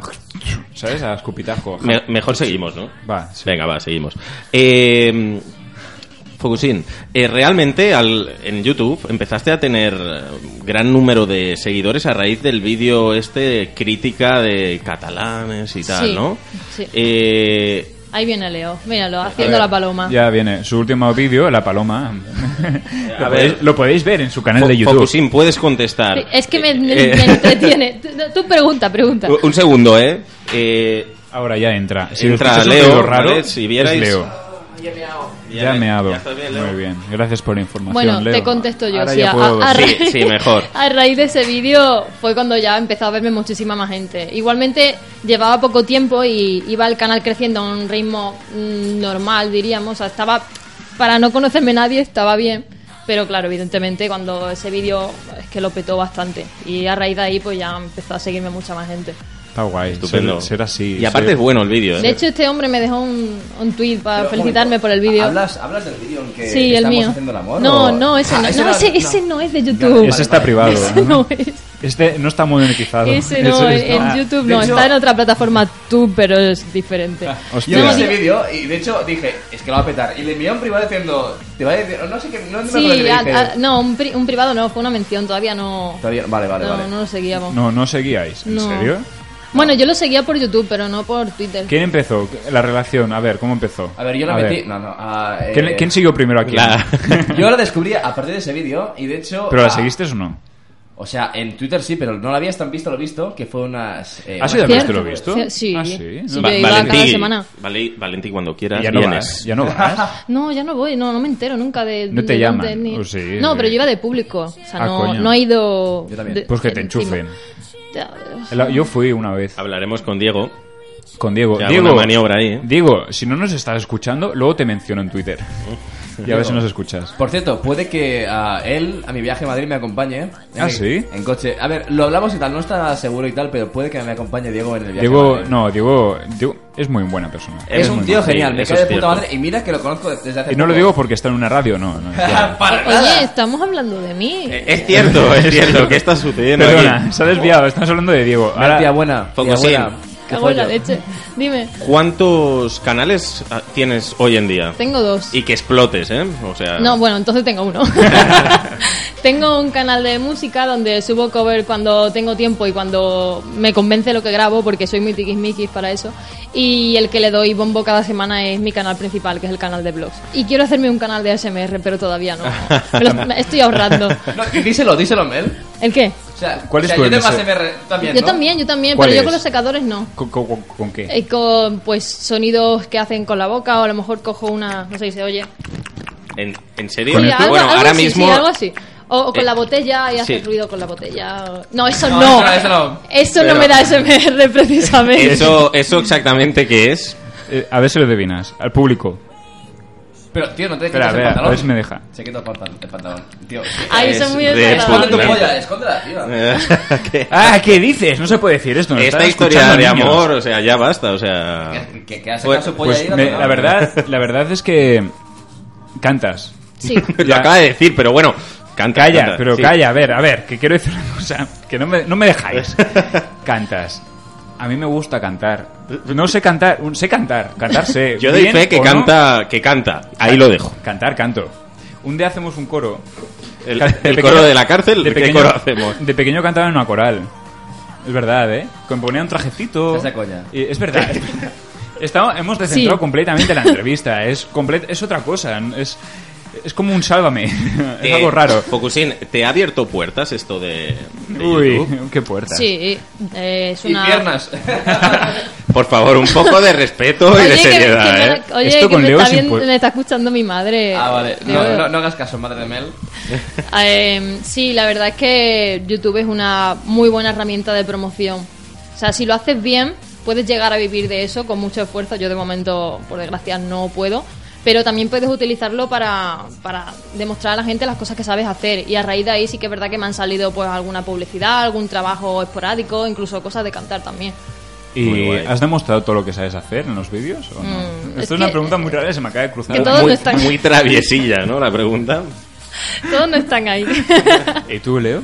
Speaker 4: ¿Sabes? A escupitajo.
Speaker 3: Me- mejor seguimos, ¿no?
Speaker 4: Va, sí.
Speaker 3: Venga, va, seguimos. Eh, Focusin, eh, realmente al, en YouTube empezaste a tener eh, gran número de seguidores a raíz del vídeo este crítica de catalanes y tal,
Speaker 6: Sí,
Speaker 3: ¿no?
Speaker 6: sí.
Speaker 3: Eh,
Speaker 6: Ahí viene Leo, míralo, haciendo
Speaker 4: A ver,
Speaker 6: la paloma.
Speaker 4: Ya viene. Su último vídeo, La Paloma.
Speaker 3: <laughs> A
Speaker 4: lo,
Speaker 3: ver.
Speaker 4: podéis, lo podéis ver en su canal de
Speaker 3: Fo-
Speaker 4: YouTube.
Speaker 3: Focusin, puedes contestar.
Speaker 6: Sí, Es que me, me-
Speaker 3: Eh,
Speaker 6: me
Speaker 3: <laughs>
Speaker 6: entretiene. Tú, tú pregunta, pregunta.
Speaker 4: Uh,
Speaker 3: Un segundo, ¿eh? eh
Speaker 4: Ahora ya entra. Si
Speaker 3: entra
Speaker 4: escuchas un
Speaker 3: Leo,
Speaker 4: ruido raro,
Speaker 3: ¿vale? Si vierais-
Speaker 4: es Leo. Ya,
Speaker 3: le-
Speaker 4: me abro.
Speaker 3: ya estás bien, Leo.
Speaker 4: Muy bien. Gracias por la información.
Speaker 6: Bueno,
Speaker 4: Leo.
Speaker 6: te contesto yo.
Speaker 4: Ahora
Speaker 6: sí,
Speaker 4: ya
Speaker 6: a-
Speaker 4: puedo
Speaker 6: a, a
Speaker 4: dormir.
Speaker 3: Sí,
Speaker 6: raíz-
Speaker 3: sí, mejor.
Speaker 6: <laughs> A raíz de ese vídeo fue cuando ya empezó a verme muchísima más gente. Igualmente llevaba poco tiempo y iba el canal creciendo a un ritmo mm, normal, diríamos. O sea, estaba, para no conocerme nadie, estaba bien. Pero claro, evidentemente cuando ese vídeo es que lo petó bastante. Y a raíz de ahí pues ya empezó a seguirme mucha más gente.
Speaker 4: Está guay.
Speaker 3: Estupendo.
Speaker 4: Ser, ser así.
Speaker 3: Y aparte
Speaker 4: ser-
Speaker 3: es bueno el vídeo, ¿eh?
Speaker 6: De hecho, este hombre me dejó un, un tweet para
Speaker 5: Pero,
Speaker 6: felicitarme
Speaker 5: un momento,
Speaker 6: por el vídeo.
Speaker 5: ¿Hablas, ¿Hablas del vídeo en que
Speaker 6: Sí, el
Speaker 5: estamos
Speaker 6: mío.
Speaker 5: haciendo el amor?
Speaker 6: no,
Speaker 5: o-
Speaker 6: no, ese
Speaker 5: Ah,
Speaker 6: no, no, ese- ese no es de YouTube.
Speaker 5: vale,
Speaker 4: Ese está
Speaker 5: vale.
Speaker 4: privado.
Speaker 6: Ese no
Speaker 4: <laughs>
Speaker 6: es.
Speaker 4: Este no está monetizado.
Speaker 6: Ese no, eh,
Speaker 4: Ese
Speaker 6: en
Speaker 4: está-
Speaker 6: YouTube
Speaker 5: de
Speaker 6: no,
Speaker 5: hecho- Ah,
Speaker 6: está en otra plataforma tú, pero es diferente.
Speaker 4: Hostia.
Speaker 5: Yo vi
Speaker 6: No,
Speaker 5: ese
Speaker 6: digo-
Speaker 5: vídeo y de hecho dije, es que lo va a petar. Y le envié a un privado diciendo, te va a decir, no sé qué, no me acuerdo qué
Speaker 6: Sí,
Speaker 5: le
Speaker 6: a-
Speaker 5: dije.
Speaker 6: a- no, un, pri- un privado no, fue una mención, todavía no.
Speaker 5: Todavía- vale, vale,
Speaker 6: no,
Speaker 5: vale.
Speaker 6: no lo seguíamos.
Speaker 4: No, no seguíais. ¿En
Speaker 6: No.
Speaker 4: serio?
Speaker 6: Bueno, yo lo seguía por YouTube, pero no por Twitter.
Speaker 4: ¿Quién empezó? La relación. A ver, ¿cómo empezó?
Speaker 5: A ver, yo la
Speaker 4: A
Speaker 5: metí.
Speaker 4: ver.
Speaker 5: No, no. ah, eh,
Speaker 4: ¿Quién, quién siguió primero aquí?
Speaker 3: La-
Speaker 5: <laughs> Yo la descubrí a partir de ese vídeo y de hecho.
Speaker 4: ¿Pero
Speaker 5: ah,
Speaker 4: la seguiste o no?
Speaker 5: O sea, en Twitter sí, pero no la habías tan visto lo visto, que fue unas. eh,
Speaker 4: ¿Has
Speaker 5: unas-
Speaker 4: ido a
Speaker 6: Cierto.
Speaker 4: visto lo visto?
Speaker 6: Sí, sí.
Speaker 4: Ah, sí.
Speaker 6: Sí,
Speaker 4: Va-
Speaker 6: yo iba
Speaker 3: Valentí,
Speaker 6: cada semana.
Speaker 3: Vale- Valentí, cuando quieras,
Speaker 4: Ya no
Speaker 3: vienes.
Speaker 4: vas. Ya no
Speaker 5: <laughs>
Speaker 4: vas.
Speaker 6: No, ya no voy, no, no me entero nunca de.
Speaker 4: No te
Speaker 6: de
Speaker 4: llaman,
Speaker 6: dónde ni-
Speaker 4: o sí,
Speaker 6: no,
Speaker 4: sí.
Speaker 6: pero yo iba de público. O sea,
Speaker 4: Ah,
Speaker 6: no,
Speaker 4: coño.
Speaker 6: no he ido.
Speaker 5: Yo también.
Speaker 6: de-
Speaker 4: Pues que te
Speaker 6: encima.
Speaker 4: enchufen.
Speaker 6: Ya,
Speaker 4: El- Yo fui una vez
Speaker 3: Hablaremos con Diego.
Speaker 4: con Diego.
Speaker 3: Te hago
Speaker 4: Diego,
Speaker 3: una maniobra ahí, ¿eh?
Speaker 4: Diego, si no nos estás escuchando, luego te menciono en
Speaker 3: <laughs>
Speaker 4: Twitter. Y a ver si nos escuchas.
Speaker 5: Por cierto, puede que ah, él a mi viaje a Madrid me acompañe. ¿eh?
Speaker 4: Ah, ¿sí?
Speaker 5: En coche. A ver, lo hablamos y tal, no está seguro y tal, pero puede que me acompañe Diego en el viaje. a
Speaker 4: Diego,
Speaker 5: Madrid.
Speaker 4: no, Diego, Diego es muy buena persona.
Speaker 3: Eh,
Speaker 5: Es
Speaker 3: es
Speaker 5: un
Speaker 3: muy
Speaker 5: tío
Speaker 3: fácil,
Speaker 5: genial, me
Speaker 3: eso
Speaker 5: cae
Speaker 3: es
Speaker 5: de puta
Speaker 3: cierto.
Speaker 5: madre. Y mira que lo conozco desde hace
Speaker 4: Y no lo
Speaker 5: poco.
Speaker 4: digo porque está en una radio, no. no, ya.
Speaker 3: <laughs>
Speaker 5: Para
Speaker 6: Oye,
Speaker 5: nada.
Speaker 6: estamos hablando de mí.
Speaker 3: Eh, <laughs> Es cierto, <laughs> es cierto. ¿Qué está sucediendo
Speaker 4: Perdona,
Speaker 3: aquí?
Speaker 4: se ha desviado, estamos hablando de Diego. Ahora-
Speaker 5: Tía buena. Tía
Speaker 3: Focusín.
Speaker 5: buena. Qué
Speaker 6: Cago en la
Speaker 5: rollo.
Speaker 6: leche. Dime,
Speaker 3: ¿Cuántos canales ah, tienes hoy en día?
Speaker 6: tengo dos.
Speaker 3: Y que explotes, ¿eh? O
Speaker 4: Ah.
Speaker 3: sea...
Speaker 6: No, bueno, entonces
Speaker 4: <laughs>
Speaker 6: tengo uno. tengo un canal de música donde subo cover cuando tengo tiempo y cuando me convence lo que grabo, porque soy muy tiquismiquis para eso. Y el que le doy bombo cada semana es mi canal principal, que es el canal de blogs. Y quiero hacerme un canal de ASMR, pero
Speaker 4: <laughs>
Speaker 6: todavía no. Me lo- me estoy ahorrando.
Speaker 5: No, díselo, díselo, Mel.
Speaker 6: ¿El qué?
Speaker 5: O sea,
Speaker 4: ¿Cuál
Speaker 5: o
Speaker 4: es
Speaker 5: sea,
Speaker 4: tu
Speaker 5: yo tengo
Speaker 4: MS?
Speaker 5: ASMR también.
Speaker 6: Yo
Speaker 5: ¿no?
Speaker 6: también, yo también,
Speaker 4: ¿Cuál
Speaker 6: pero yo
Speaker 4: es?
Speaker 6: con los secadores no.
Speaker 4: ¿Con, con- con- con qué?
Speaker 6: Eh, con pues sonidos que hacen con la boca o a lo mejor cojo una, no sé si se oye.
Speaker 3: ¿En, en serio?
Speaker 6: Sí, algo,
Speaker 3: bueno,
Speaker 6: algo
Speaker 3: ahora
Speaker 6: así,
Speaker 3: mismo...
Speaker 6: sí, algo así. O, o con
Speaker 3: Eh,
Speaker 6: la botella y hace
Speaker 3: sí.
Speaker 6: ruido con la botella. o- No, eso
Speaker 5: No,
Speaker 6: no.
Speaker 5: eso no, eso no.
Speaker 6: Eso no
Speaker 5: Pero-
Speaker 6: me da SMR <laughs> precisamente.
Speaker 3: Eso, eso exactamente qué es. <laughs>
Speaker 4: Eh, a ver si lo adivinas. Al público.
Speaker 5: Pero, tío, no te
Speaker 4: Espera,
Speaker 5: quitas
Speaker 4: a
Speaker 5: el
Speaker 4: ver, a
Speaker 5: pantalón.
Speaker 4: ver si me deja.
Speaker 5: Se quita el pantalón. El pantalón. Tío,
Speaker 6: Ay, eso
Speaker 3: Es
Speaker 6: es muy
Speaker 3: de
Speaker 5: esconde tu
Speaker 3: Claro.
Speaker 6: desagradable.
Speaker 5: polla, escóndela,
Speaker 4: Eh,
Speaker 5: tío.
Speaker 3: Que-
Speaker 4: Ah, ¿qué dices? No se puede decir esto. nos
Speaker 3: Esta
Speaker 4: están
Speaker 3: historia
Speaker 4: escuchando
Speaker 3: de
Speaker 4: niños.
Speaker 3: amor, o sea, ya basta, o sea...
Speaker 5: Que- Que, que ha sacado
Speaker 3: Pues-
Speaker 5: su polla
Speaker 4: Pues
Speaker 5: ahí,
Speaker 4: me-
Speaker 5: no,
Speaker 4: la
Speaker 5: no.
Speaker 4: verdad, la verdad es que cantas.
Speaker 6: Sí.
Speaker 3: <laughs> Lo acaba de decir, pero bueno, canta.
Speaker 4: Calla,
Speaker 3: canta,
Speaker 4: pero
Speaker 3: sí.
Speaker 4: calla, a ver, a ver, que quiero decir una cosa, que no me, no me
Speaker 3: <laughs>
Speaker 4: dejáis. Cantas. A mí me gusta cantar. No sé cantar, un- sé cantar, cantar sé.
Speaker 3: Yo doy
Speaker 4: Bien
Speaker 3: fe que
Speaker 4: o no,
Speaker 3: canta, que canta. Ahí lo dejo.
Speaker 4: Cantar, canto. Un día hacemos un coro. <laughs>
Speaker 3: El,
Speaker 4: Ca-
Speaker 3: el coro de la cárcel, ¿qué coro hacemos?
Speaker 4: De pequeño cantaba en una coral. Es verdad, ¿eh? Que me ponía un trajecito.
Speaker 5: Esa coña.
Speaker 4: Y es verdad. Estamos, hemos descentrado
Speaker 6: Sí.
Speaker 4: completamente la entrevista. Es, complet, es otra cosa. Es, es como un sálvame. <laughs> es
Speaker 3: Te-
Speaker 4: algo raro.
Speaker 3: Focusín, Eh, ¿te ha abierto puertas esto de, de
Speaker 4: Uy,
Speaker 3: YouTube?
Speaker 4: qué puerta.
Speaker 6: Sí, eh, es
Speaker 5: Y
Speaker 6: una.
Speaker 5: piernas.
Speaker 3: Por favor, un poco de respeto y
Speaker 6: Oye,
Speaker 3: de
Speaker 6: que, que
Speaker 3: seriedad,
Speaker 6: me-
Speaker 3: ¿eh?
Speaker 6: oye,
Speaker 4: Esto
Speaker 6: que
Speaker 4: con
Speaker 6: me,
Speaker 4: Leo
Speaker 6: está
Speaker 4: es
Speaker 6: viendo-
Speaker 4: impo-
Speaker 6: me está escuchando mi madre.
Speaker 5: <laughs> Ah, <laughs> vale.
Speaker 6: Leo.
Speaker 5: No, no, no hagas caso, madre de Mel.
Speaker 6: Eh, sí, la verdad es que YouTube es una muy buena herramienta de promoción. O sea, si lo haces bien, puedes llegar a vivir de eso con mucho esfuerzo. Yo de momento, por desgracia, no puedo. Pero también puedes utilizarlo para, para demostrar a la gente las cosas que sabes hacer. Y a raíz de ahí sí que es verdad que me han salido pues alguna publicidad, algún trabajo esporádico, incluso cosas de cantar también.
Speaker 3: Muy
Speaker 4: ¿Y
Speaker 3: guay.
Speaker 4: has demostrado todo lo que sabes hacer en los vídeos? o no?
Speaker 6: Mm,
Speaker 4: Esto
Speaker 6: es
Speaker 4: es, una
Speaker 6: que-
Speaker 4: pregunta muy rara, se me acaba de cruzar.
Speaker 6: que todo-
Speaker 3: muy,
Speaker 6: está-
Speaker 3: muy traviesilla, ¿no? La pregunta.
Speaker 6: Todos no están ahí. <laughs>
Speaker 4: ¿Y tú, Leo?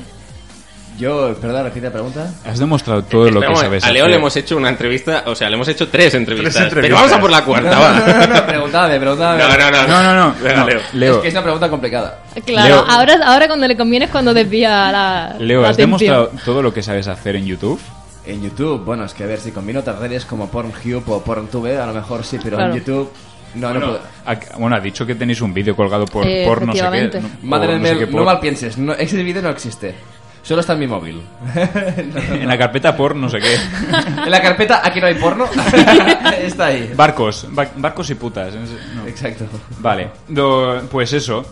Speaker 5: Yo, perdón, repite la pregunta.
Speaker 4: ¿Has demostrado todo lo que
Speaker 3: Esperamos,
Speaker 4: sabes
Speaker 3: a Leo
Speaker 4: hacer?
Speaker 3: le hemos hecho una entrevista, o sea, le hemos hecho tres entrevistas.
Speaker 4: Tres entrevistas.
Speaker 3: Pero vamos a por la cuarta,
Speaker 4: <laughs>
Speaker 3: va.
Speaker 5: No, no, no, preguntadme, preguntadme.
Speaker 3: No, no, no.
Speaker 4: No, no, no.
Speaker 3: Venga,
Speaker 4: no,
Speaker 3: Leo.
Speaker 4: Leo,
Speaker 5: Es que es una pregunta complicada.
Speaker 6: claro,
Speaker 4: Leo.
Speaker 6: ahora, ahora cuando le conviene es cuando desvía la,
Speaker 4: Leo,
Speaker 6: la
Speaker 4: ¿has
Speaker 6: atención.
Speaker 4: demostrado todo lo que sabes hacer en YouTube?
Speaker 5: En YouTube, bueno, es que a ver, si combino otras redes como Pornhub o Porntube, a lo mejor sí, pero
Speaker 6: Claro.
Speaker 5: en YouTube no, no
Speaker 4: Bueno, pues,
Speaker 5: puedo.
Speaker 4: ha, bueno, ha dicho que tenéis un vídeo colgado por,
Speaker 6: Eh,
Speaker 4: por no sé qué.
Speaker 6: efectivamente.
Speaker 4: no-
Speaker 5: Madre
Speaker 4: por <laughs>
Speaker 5: de
Speaker 4: no sé
Speaker 5: Mel,
Speaker 4: qué
Speaker 5: no
Speaker 4: por-
Speaker 5: mal pienses, no, ese vídeo no existe. Solo está en mi móvil. <laughs>
Speaker 4: En la carpeta por no sé <laughs> qué.
Speaker 5: En la carpeta, aquí no hay <laughs> porno. está ahí.
Speaker 4: Barcos, ba- barcos y putas. No.
Speaker 5: Exacto.
Speaker 4: Vale, do- pues eso.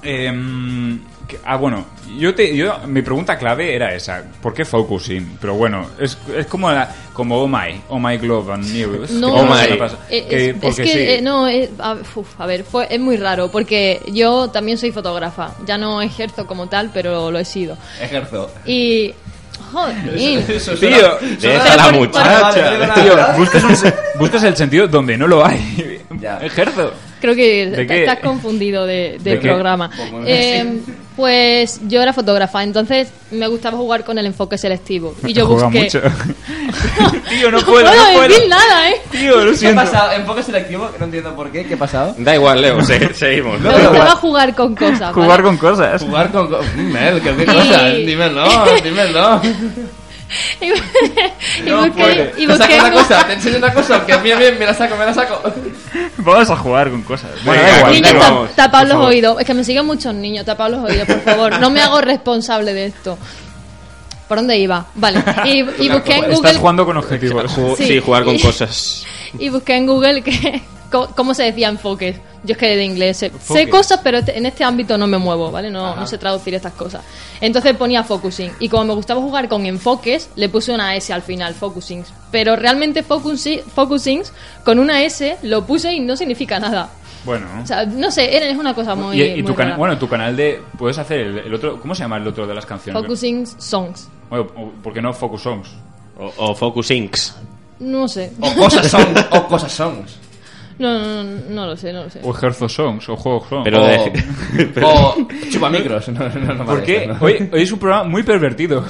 Speaker 4: Em, que- ah, bueno, yo te, yo, mi pregunta clave era esa. ¿Por qué focusing? Pero bueno, es, es como, la- como Oh My, Oh My Glove and News.
Speaker 6: No,
Speaker 4: que
Speaker 3: Oh
Speaker 4: la
Speaker 3: My.
Speaker 4: semana pasada.
Speaker 6: Eh,
Speaker 4: Que
Speaker 6: es, es
Speaker 4: porque
Speaker 6: que
Speaker 4: sí.
Speaker 6: eh, no, eh, a, uf, a ver, fue- es muy raro porque yo también soy fotógrafa, ya no ejerzo como tal, pero lo he sido.
Speaker 5: Ejerzo.
Speaker 6: y joder,
Speaker 4: Tío,
Speaker 3: Deja la muchacha.
Speaker 4: Tío, buscas, un- buscas el sentido donde no lo hay.
Speaker 5: Ya.
Speaker 4: Ejerzo.
Speaker 6: creo que
Speaker 4: ¿De
Speaker 6: está-
Speaker 4: qué?
Speaker 6: estás confundido de, del
Speaker 4: ¿De qué?
Speaker 6: programa.
Speaker 5: Como-
Speaker 6: Eh, pues yo era fotógrafa, entonces me gustaba jugar con el enfoque selectivo y yo
Speaker 4: Juega
Speaker 6: busqué. <laughs>
Speaker 4: mucho. Tío, no,
Speaker 6: No
Speaker 4: puedo, no
Speaker 6: puedo
Speaker 4: puedo.
Speaker 6: decir nada, ¿eh?
Speaker 4: Tío, lo
Speaker 5: ¿Qué ha
Speaker 4: siento.
Speaker 5: pasado? Enfoque selectivo, que no entiendo por qué. ¿Qué ha pasado?
Speaker 3: Da igual, Leo, se- seguimos. ¿no?
Speaker 6: Me gustaba jugar con cosas. ¿vale?
Speaker 4: Jugar con cosas.
Speaker 5: Jugar con. co- Mm, Mel, ¿qué, qué
Speaker 6: Y-
Speaker 5: cosa? Dímelo, dímelo.
Speaker 6: <laughs> y busqué,
Speaker 4: No puede.
Speaker 6: <laughs> y
Speaker 5: ¿Te saco
Speaker 6: busqué
Speaker 5: una
Speaker 6: con-
Speaker 5: cosa? ¿Te enseño una cosa? Que mira, mira, me la saco, me la saco.
Speaker 4: <laughs> Vamos a jugar con cosas.
Speaker 3: Bueno, da igual,
Speaker 6: Niños,
Speaker 3: da
Speaker 6: tap-
Speaker 3: igual.
Speaker 6: tapad
Speaker 4: por
Speaker 6: los
Speaker 4: favor.
Speaker 6: oídos. Es que me siguen muchos niños. Tapad los oídos, por favor. No me hago responsable de esto. ¿Por dónde iba? Vale. Y, y busqué en
Speaker 4: Estás
Speaker 6: Google,
Speaker 4: jugando con objetivos.
Speaker 3: Ju-
Speaker 6: Sí.
Speaker 3: sí. jugar con cosas.
Speaker 6: y busqué en Google que, co- cómo se decía enfoques. Yo es que de inglés sé, sé
Speaker 4: Enfoques.
Speaker 6: cosas, pero te- en este ámbito no me muevo, ¿vale? No, no sé traducir estas cosas. Entonces ponía focusing. Y como me gustaba jugar con enfoques, le puse una S al final, focusing. Pero realmente focusing, focusings con una S lo puse y no significa nada.
Speaker 4: Bueno.
Speaker 6: O sea, no sé, era- es una cosa muy.
Speaker 4: y, y
Speaker 6: muy
Speaker 4: tu canal,
Speaker 6: rara.
Speaker 4: bueno, tu canal de puedes hacer el, el otro, ¿cómo se llama el otro de las canciones?
Speaker 6: Focusing songs.
Speaker 4: Bueno, o- ¿por qué no Focus Songs?
Speaker 3: O, o Focus Inks.
Speaker 6: No sé.
Speaker 5: O cosas son. O cosas son.
Speaker 6: No, no, no, no lo sé, no lo sé.
Speaker 4: O Ejerzo Songs o Juego Songs.
Speaker 3: Pero
Speaker 5: o,
Speaker 3: de- <laughs>
Speaker 5: <laughs> o chupamicros. No, no, no
Speaker 4: Eh, ¿Por
Speaker 5: parece,
Speaker 4: qué?
Speaker 5: ¿no?
Speaker 4: Hoy, hoy es un programa muy pervertido.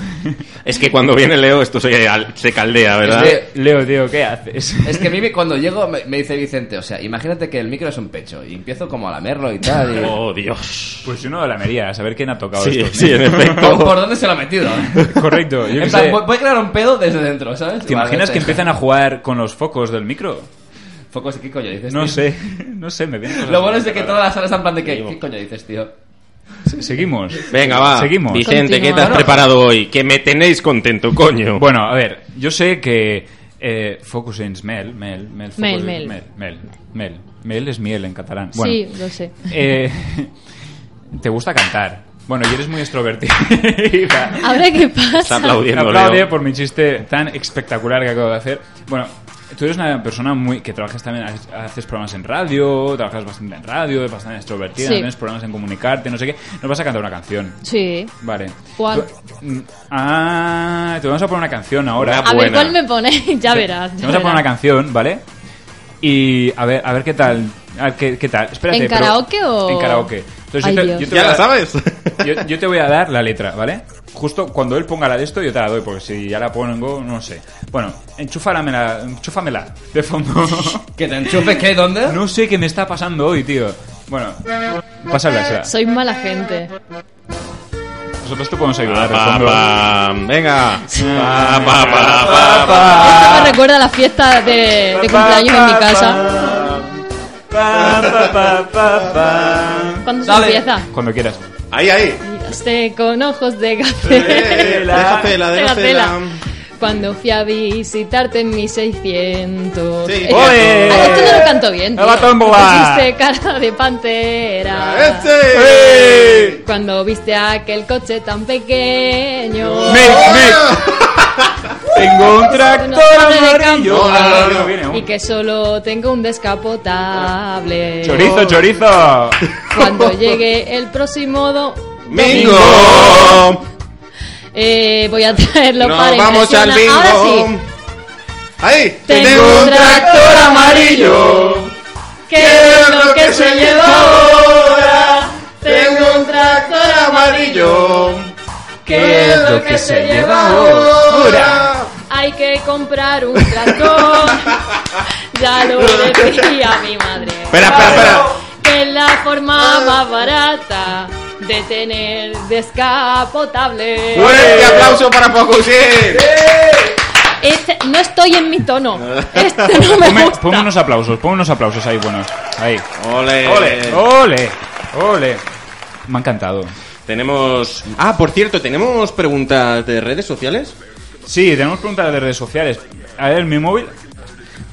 Speaker 3: Es que cuando viene Leo esto se, al- se caldea, ¿verdad?
Speaker 5: Es de-
Speaker 4: Leo, tío, ¿qué haces?
Speaker 5: Es que a mí me- cuando llego me, me dice Vicente, o sea, imagínate que el micro es un pecho y empiezo como a lamerlo y tal. y-
Speaker 3: Oh, Dios.
Speaker 4: Pues yo no la mería, a saber quién ha tocado
Speaker 3: Sí,
Speaker 4: esto.
Speaker 3: sí, en
Speaker 5: ¿Por,
Speaker 3: efecto.
Speaker 5: por dónde se lo ha metido?
Speaker 4: Correcto, yo qué
Speaker 5: En plan,
Speaker 4: sé.
Speaker 5: voy, voy a crear un pedo desde dentro, ¿sabes?
Speaker 4: ¿Te imaginas que empiezan a jugar con los focos del micro?
Speaker 5: Focos de qué coño dices.
Speaker 4: No
Speaker 5: tío?
Speaker 4: sé, <laughs> no sé, me vienen cosas
Speaker 5: Lo bueno es de que
Speaker 4: raras.
Speaker 5: toda la sala está en plan de que, ¿qué coño dices, tío?
Speaker 4: Se- Seguimos.
Speaker 3: Venga, va.
Speaker 4: Seguimos.
Speaker 3: Vicente, ¿qué te has
Speaker 6: Continúa.
Speaker 3: preparado hoy? Que me tenéis contento, coño.
Speaker 4: Bueno, a ver, yo sé que eh, Focus in Mel, Mel, Mel, focus
Speaker 6: Mel,
Speaker 4: in-
Speaker 6: mel.
Speaker 4: Mel, Mel, Mel, Mel es miel en catalán. Bueno,
Speaker 6: Sí, lo sé.
Speaker 4: eh, <laughs> te gusta cantar. Bueno, y eres muy <laughs> extrovertida.
Speaker 6: Ahora qué
Speaker 3: Está
Speaker 6: pasa.
Speaker 3: aplaudiendo,
Speaker 4: Aplaude
Speaker 3: Leo.
Speaker 4: por mi chiste tan espectacular que acabo de hacer. Bueno, tú eres una persona muy que trabajas también, haces- haces programas en radio, trabajas bastante en radio, eres bastante extrovertida,
Speaker 6: Sí.
Speaker 4: tienes programas en comunicarte, no sé qué. Nos vas a cantar una canción.
Speaker 6: Sí.
Speaker 4: Vale.
Speaker 6: ¿Cuál?
Speaker 4: Tú- mm, Ah, te vamos a poner una canción ahora.
Speaker 3: Una
Speaker 6: A ver
Speaker 3: buena.
Speaker 6: cuál me ponéis, <laughs> ya verás.
Speaker 4: Te
Speaker 6: ya
Speaker 4: vamos a poner una
Speaker 6: verás.
Speaker 4: canción, ¿vale? Y a ver, a ver qué tal. A ver qué, qué tal. Espérate,
Speaker 6: ¿En
Speaker 4: pero-
Speaker 6: karaoke o...?
Speaker 4: En karaoke. Entonces
Speaker 6: Ay,
Speaker 4: yo te,
Speaker 6: Dios.
Speaker 4: yo te
Speaker 3: ¿Ya
Speaker 4: voy a-
Speaker 3: la <laughs> sabes?
Speaker 4: Yo, yo te voy a dar la letra, ¿vale? Justo cuando él ponga la de esto, yo te la doy, porque si ya la pongo, no sé. Bueno, enchúfalamela, enchúfamela de fondo.
Speaker 5: ¿Que te enchufes qué? ¿Dónde?
Speaker 4: no sé qué me está pasando hoy, tío. Bueno, pásala, será.
Speaker 6: Sois mala gente.
Speaker 4: Nosotros te podemos ayudar. de
Speaker 3: Pa, pa,
Speaker 4: fondo.
Speaker 3: pa. Venga. Pa, pa, pa, pa, pa.
Speaker 6: Esto me recuerda a la fiesta de, de cumpleaños en mi casa.
Speaker 4: Pa, pa, pa, pa, pa.
Speaker 6: ¿Cuándo se
Speaker 5: Dale.
Speaker 6: empieza?
Speaker 4: Cuando quieras.
Speaker 3: Ahí, ahí.
Speaker 6: Miraste con ojos de
Speaker 3: Eh,
Speaker 6: café.
Speaker 3: déjatela,
Speaker 6: De
Speaker 3: déjatela.
Speaker 6: Gacela. Cuando fui a visitarte en mis 600.
Speaker 3: Sí.
Speaker 6: Eh,
Speaker 3: ¡Oe!
Speaker 6: ah, esto no lo canto bien.
Speaker 4: ¡Me va a tumbar!
Speaker 6: Pusiste cara de pantera.
Speaker 3: ¡Este!
Speaker 6: Cuando viste aquel coche tan pequeño.
Speaker 4: ¡Mec, mec! Tengo un tractor
Speaker 6: Una nave de
Speaker 4: amarillo.
Speaker 6: campo.
Speaker 4: No, no, no, no, viene
Speaker 6: Y
Speaker 4: un-
Speaker 6: que solo tengo un descapotable.
Speaker 4: Chorizo, chorizo.
Speaker 6: <laughs> Cuando llegue el próximo do-
Speaker 3: ¡Mingo!
Speaker 6: eh, voy a traerlo
Speaker 3: ¡Nos
Speaker 6: para
Speaker 3: vamos al
Speaker 6: impresionar.
Speaker 3: bingo!
Speaker 6: Ahora sí.
Speaker 3: ¡Ahí!
Speaker 6: Tengo
Speaker 3: ¡Tenemos
Speaker 6: un
Speaker 3: un tractor amarillo!
Speaker 6: Que lo que se llevó ahora. Tengo un tractor amarillo. Que es lo que se lleva ahora. Hay que comprar un tractor. <laughs> ya lo decía mi madre.
Speaker 3: Espera, espera, espera.
Speaker 6: Que es la forma más barata de tener descapotable.
Speaker 3: ¡Fuerte aplauso para Focusin!
Speaker 6: Eh, Este- no estoy en mi <laughs> tono. Este no me
Speaker 4: Ponme,
Speaker 6: gusta.
Speaker 4: ponme unos aplausos, ponme unos aplausos ahí buenos. Ahí.
Speaker 3: Eh. ¡Ole!
Speaker 4: Ole, ole. Me ha encantado.
Speaker 3: Tenemos. Ah, por cierto, ¿tenemos preguntas de redes sociales?
Speaker 4: Sí, tenemos preguntas de redes sociales. A ver, mi móvil.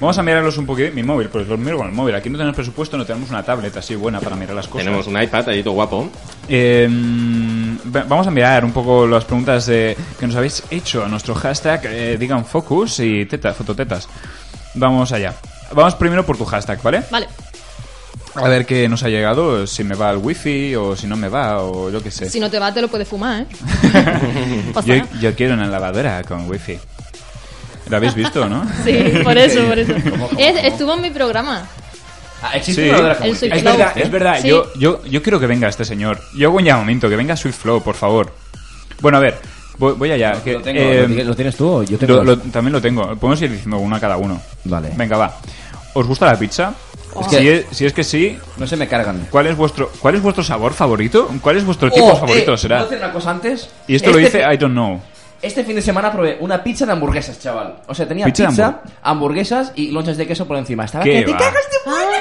Speaker 4: Vamos a mirarlos un poquito. Mi móvil, pues los miro con el móvil. Aquí no tenemos presupuesto, no tenemos una tablet así buena para mirar las cosas.
Speaker 3: Tenemos un iPad ahí todo guapo.
Speaker 4: Eh, va- vamos a mirar un poco las preguntas de- que nos habéis hecho a nuestro hashtag, eh, digan focus y teta, fototetas. Vamos allá. Vamos primero por tu hashtag, ¿vale?
Speaker 6: Vale.
Speaker 4: A ver qué nos ha llegado, si me va el wifi o si no me va o yo qué sé.
Speaker 6: Si no te va, te lo puedes fumar, <laughs> ¿eh? Pasa
Speaker 4: yo,
Speaker 6: nada.
Speaker 4: yo quiero una lavadora con wifi. ¿Lo habéis visto, no?
Speaker 6: <laughs> Sí, por eso, <laughs> por eso.
Speaker 5: ¿Cómo, cómo,
Speaker 6: Es-
Speaker 5: cómo?
Speaker 6: estuvo en mi programa.
Speaker 5: Ah, existe
Speaker 4: Sí.
Speaker 5: una hora como
Speaker 6: El
Speaker 5: esta.
Speaker 6: Sweet
Speaker 4: Es
Speaker 6: Flow.
Speaker 4: verdad, es verdad.
Speaker 6: Sí.
Speaker 4: Yo, yo, yo quiero que venga este señor. Yo hago un llamamiento, que venga Swift Flow, por favor. Bueno, a ver, voy, voy allá. que,
Speaker 5: Lo tengo,
Speaker 4: eh,
Speaker 5: lo tienes- ¿Lo tienes tú o yo tengo?
Speaker 4: Lo-
Speaker 5: dos?
Speaker 4: lo- también lo tengo. Podemos ir diciendo uno a cada uno.
Speaker 5: Vale.
Speaker 4: Venga, va. ¿Os gusta la pizza?
Speaker 6: Oh.
Speaker 5: Es
Speaker 4: Si,
Speaker 5: que-
Speaker 4: es, si es que sí,
Speaker 5: No se me cargan.
Speaker 4: ¿cuál es vuestro cuál es vuestro sabor favorito? ¿Cuál es vuestro tipo
Speaker 5: Oh,
Speaker 4: favorito?
Speaker 5: eh,
Speaker 4: será.
Speaker 5: ¿puedo hacer una cosa antes?
Speaker 4: Y esto lo
Speaker 5: Este
Speaker 4: dice
Speaker 5: fi-
Speaker 4: I don't know.
Speaker 5: Este fin de semana probé una pizza de hamburguesas, chaval. O sea, tenía
Speaker 4: Pizza
Speaker 5: pizza,
Speaker 4: de hambur-
Speaker 5: hamburguesas y lonchas de queso por encima. Estaba
Speaker 4: ¿Qué
Speaker 5: que te
Speaker 4: va?
Speaker 5: cagas de buena,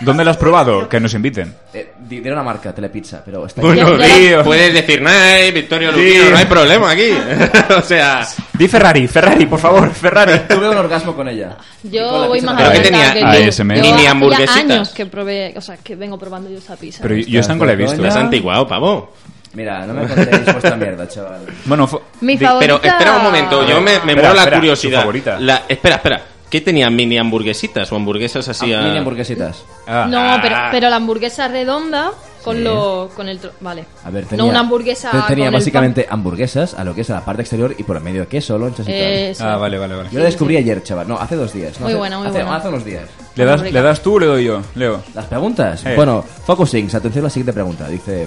Speaker 4: ¿Dónde lo has probado? Que nos inviten.
Speaker 5: que- Eh, di- diré una marca, Telepizza, pero está
Speaker 4: Bueno,
Speaker 6: ya la-
Speaker 4: tío.
Speaker 3: Puedes decir, Nay, Victorio
Speaker 4: Sí.
Speaker 3: Luquino, no hay problema aquí. <laughs> o sea.
Speaker 4: Di Ferrari, Ferrari, por favor, Ferrari.
Speaker 5: Tuve un orgasmo con ella. Y con la
Speaker 6: Yo voy
Speaker 5: pizza
Speaker 6: más
Speaker 3: ¿Pero qué
Speaker 5: también.
Speaker 3: tenía?
Speaker 6: que
Speaker 4: Ah,
Speaker 6: tú.
Speaker 4: ASMR.
Speaker 6: Yo
Speaker 4: Ni-
Speaker 3: ni
Speaker 6: hacía
Speaker 3: hamburguesitas.
Speaker 6: años que probé, o sea, que vengo probando yo esa pizza.
Speaker 4: Pero yo esa no la he visto.
Speaker 3: Tú eres antiguado, pavo.
Speaker 5: Mira, no me contéis vuestra mierda, chaval.
Speaker 4: Bueno, fo-
Speaker 6: Mi
Speaker 4: di-
Speaker 6: favorita...
Speaker 3: Pero espera un momento, yo me, me
Speaker 4: Espera,
Speaker 3: muero la
Speaker 4: espera, tu
Speaker 3: curiosidad.
Speaker 4: favorita.
Speaker 3: La- espera, espera. ¿Qué tenía mini hamburguesitas o hamburguesas así? a-
Speaker 5: Mini hamburguesitas.
Speaker 4: Ah.
Speaker 6: No, pero, pero la hamburguesa redonda con lo con el tro- vale.
Speaker 5: A ver, tenía,
Speaker 6: no una hamburguesa
Speaker 5: pero tenía
Speaker 6: con el
Speaker 5: básicamente hamburguesas a lo que es a la parte exterior y por el medio queso, lonchas y
Speaker 6: pan.
Speaker 5: tal.
Speaker 6: Eh, Eso.
Speaker 4: Ah, vale, vale, vale.
Speaker 5: Yo la descubrí ayer, chaval. No, hace dos días. No,
Speaker 6: Muy
Speaker 5: hace-
Speaker 6: buena, muy
Speaker 5: hace-
Speaker 6: buena.
Speaker 5: Hace unos días.
Speaker 4: ¿Le das, ¿Le das tú o le doy yo? Leo.
Speaker 5: ¿Las preguntas?
Speaker 4: Eh.
Speaker 5: Bueno, Focusings, atención a la siguiente pregunta. Dice...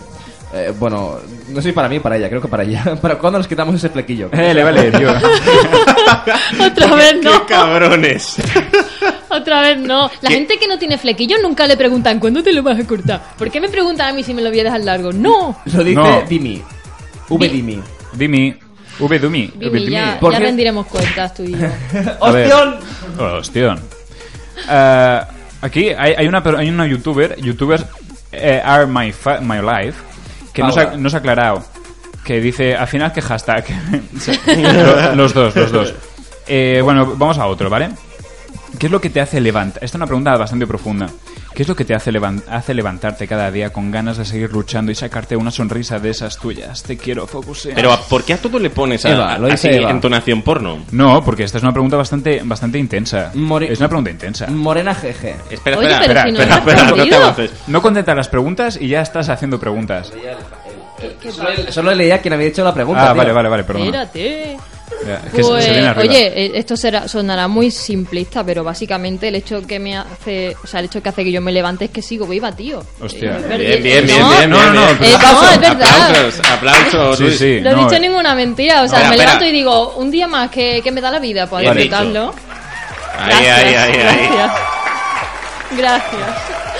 Speaker 5: eh, bueno, no sé si para mí o para ella, creo que para ella. <laughs> ¿Para cuándo nos quitamos ese flequillo?
Speaker 4: Eh, le vale, tío.
Speaker 6: <laughs> <laughs> Otra vez no,
Speaker 3: ¡Qué cabrones!
Speaker 6: <laughs> otra vez no. La gente que no tiene flequillo nunca le preguntan cuándo te lo vas a cortar. ¿Por qué me preguntan a mí si me lo voy a dejar largo? No.
Speaker 5: Lo dice
Speaker 4: No.
Speaker 5: Dimi. V Dimi.
Speaker 4: Dimi. V Dumi. V
Speaker 6: Vimi, ya,
Speaker 5: ¿por
Speaker 6: ya
Speaker 5: qué?
Speaker 6: rendiremos cuentas tú y yo.
Speaker 4: A ver.
Speaker 5: ¡Ostión!
Speaker 4: Hostión. Eh, aquí hay, hay una, per- hay una youtuber, youtubers eh, Are My, fa- my Life, que
Speaker 3: Ah,
Speaker 4: nos ha,
Speaker 5: Paula.
Speaker 4: nos ha aclarado, que dice, al final que hashtag. <laughs>
Speaker 3: <laughs>
Speaker 4: Lo- los dos, los dos. Eh, bueno, vamos a otro, ¿vale? ¿Qué es lo que te hace levantar? Esta es una pregunta bastante profunda. ¿Qué es lo que te hace, levan- hace levantarte cada día con ganas de seguir luchando y sacarte una sonrisa de esas tuyas? Te quiero, focus.
Speaker 3: Pero ¿a- ¿por qué a todo le pones a,
Speaker 5: Eva, lo dice
Speaker 3: así,
Speaker 5: Eva.
Speaker 3: entonación porno?
Speaker 4: No, porque esta es una pregunta bastante, bastante intensa.
Speaker 5: Mori-
Speaker 4: Es una pregunta intensa.
Speaker 5: Morena GG.
Speaker 3: Espera,
Speaker 6: Oye,
Speaker 3: espera,
Speaker 6: pero
Speaker 3: espera,
Speaker 6: si no
Speaker 3: espera,
Speaker 6: lo has
Speaker 3: espera, no te
Speaker 6: perdido.
Speaker 3: avances.
Speaker 4: No contenta las preguntas y ya estás haciendo preguntas.
Speaker 5: Solo, solo leía quien había hecho la pregunta.
Speaker 4: Ah,
Speaker 5: tío.
Speaker 4: vale, vale, vale, perdón.
Speaker 6: Espérate.
Speaker 4: que se-
Speaker 6: Pues,
Speaker 4: se viene arriba.
Speaker 6: oye, eh, esto será, sonará muy simplista, pero básicamente el hecho que me hace, o sea, el hecho que hace que yo me levante es que sigo viva, tío.
Speaker 4: Hostia.
Speaker 6: Eh, ver-
Speaker 3: Bien, bien, bien,
Speaker 6: ¿no?
Speaker 3: bien.
Speaker 4: no,
Speaker 3: bien,
Speaker 4: no,
Speaker 3: bien.
Speaker 4: pero-
Speaker 6: Eh, no, es verdad.
Speaker 3: Aplausos, aplausos.
Speaker 4: Sí,
Speaker 3: Luis.
Speaker 4: sí.
Speaker 6: No he
Speaker 4: No,
Speaker 6: dicho
Speaker 4: eh.
Speaker 6: ninguna mentira, o sea,
Speaker 3: Espera,
Speaker 6: me levanto
Speaker 3: espera.
Speaker 6: y digo, un día más que, que me da la vida para
Speaker 3: Bien
Speaker 6: disfrutarlo.
Speaker 3: Ahí, ahí, ahí, ahí.
Speaker 6: gracias. Gracias.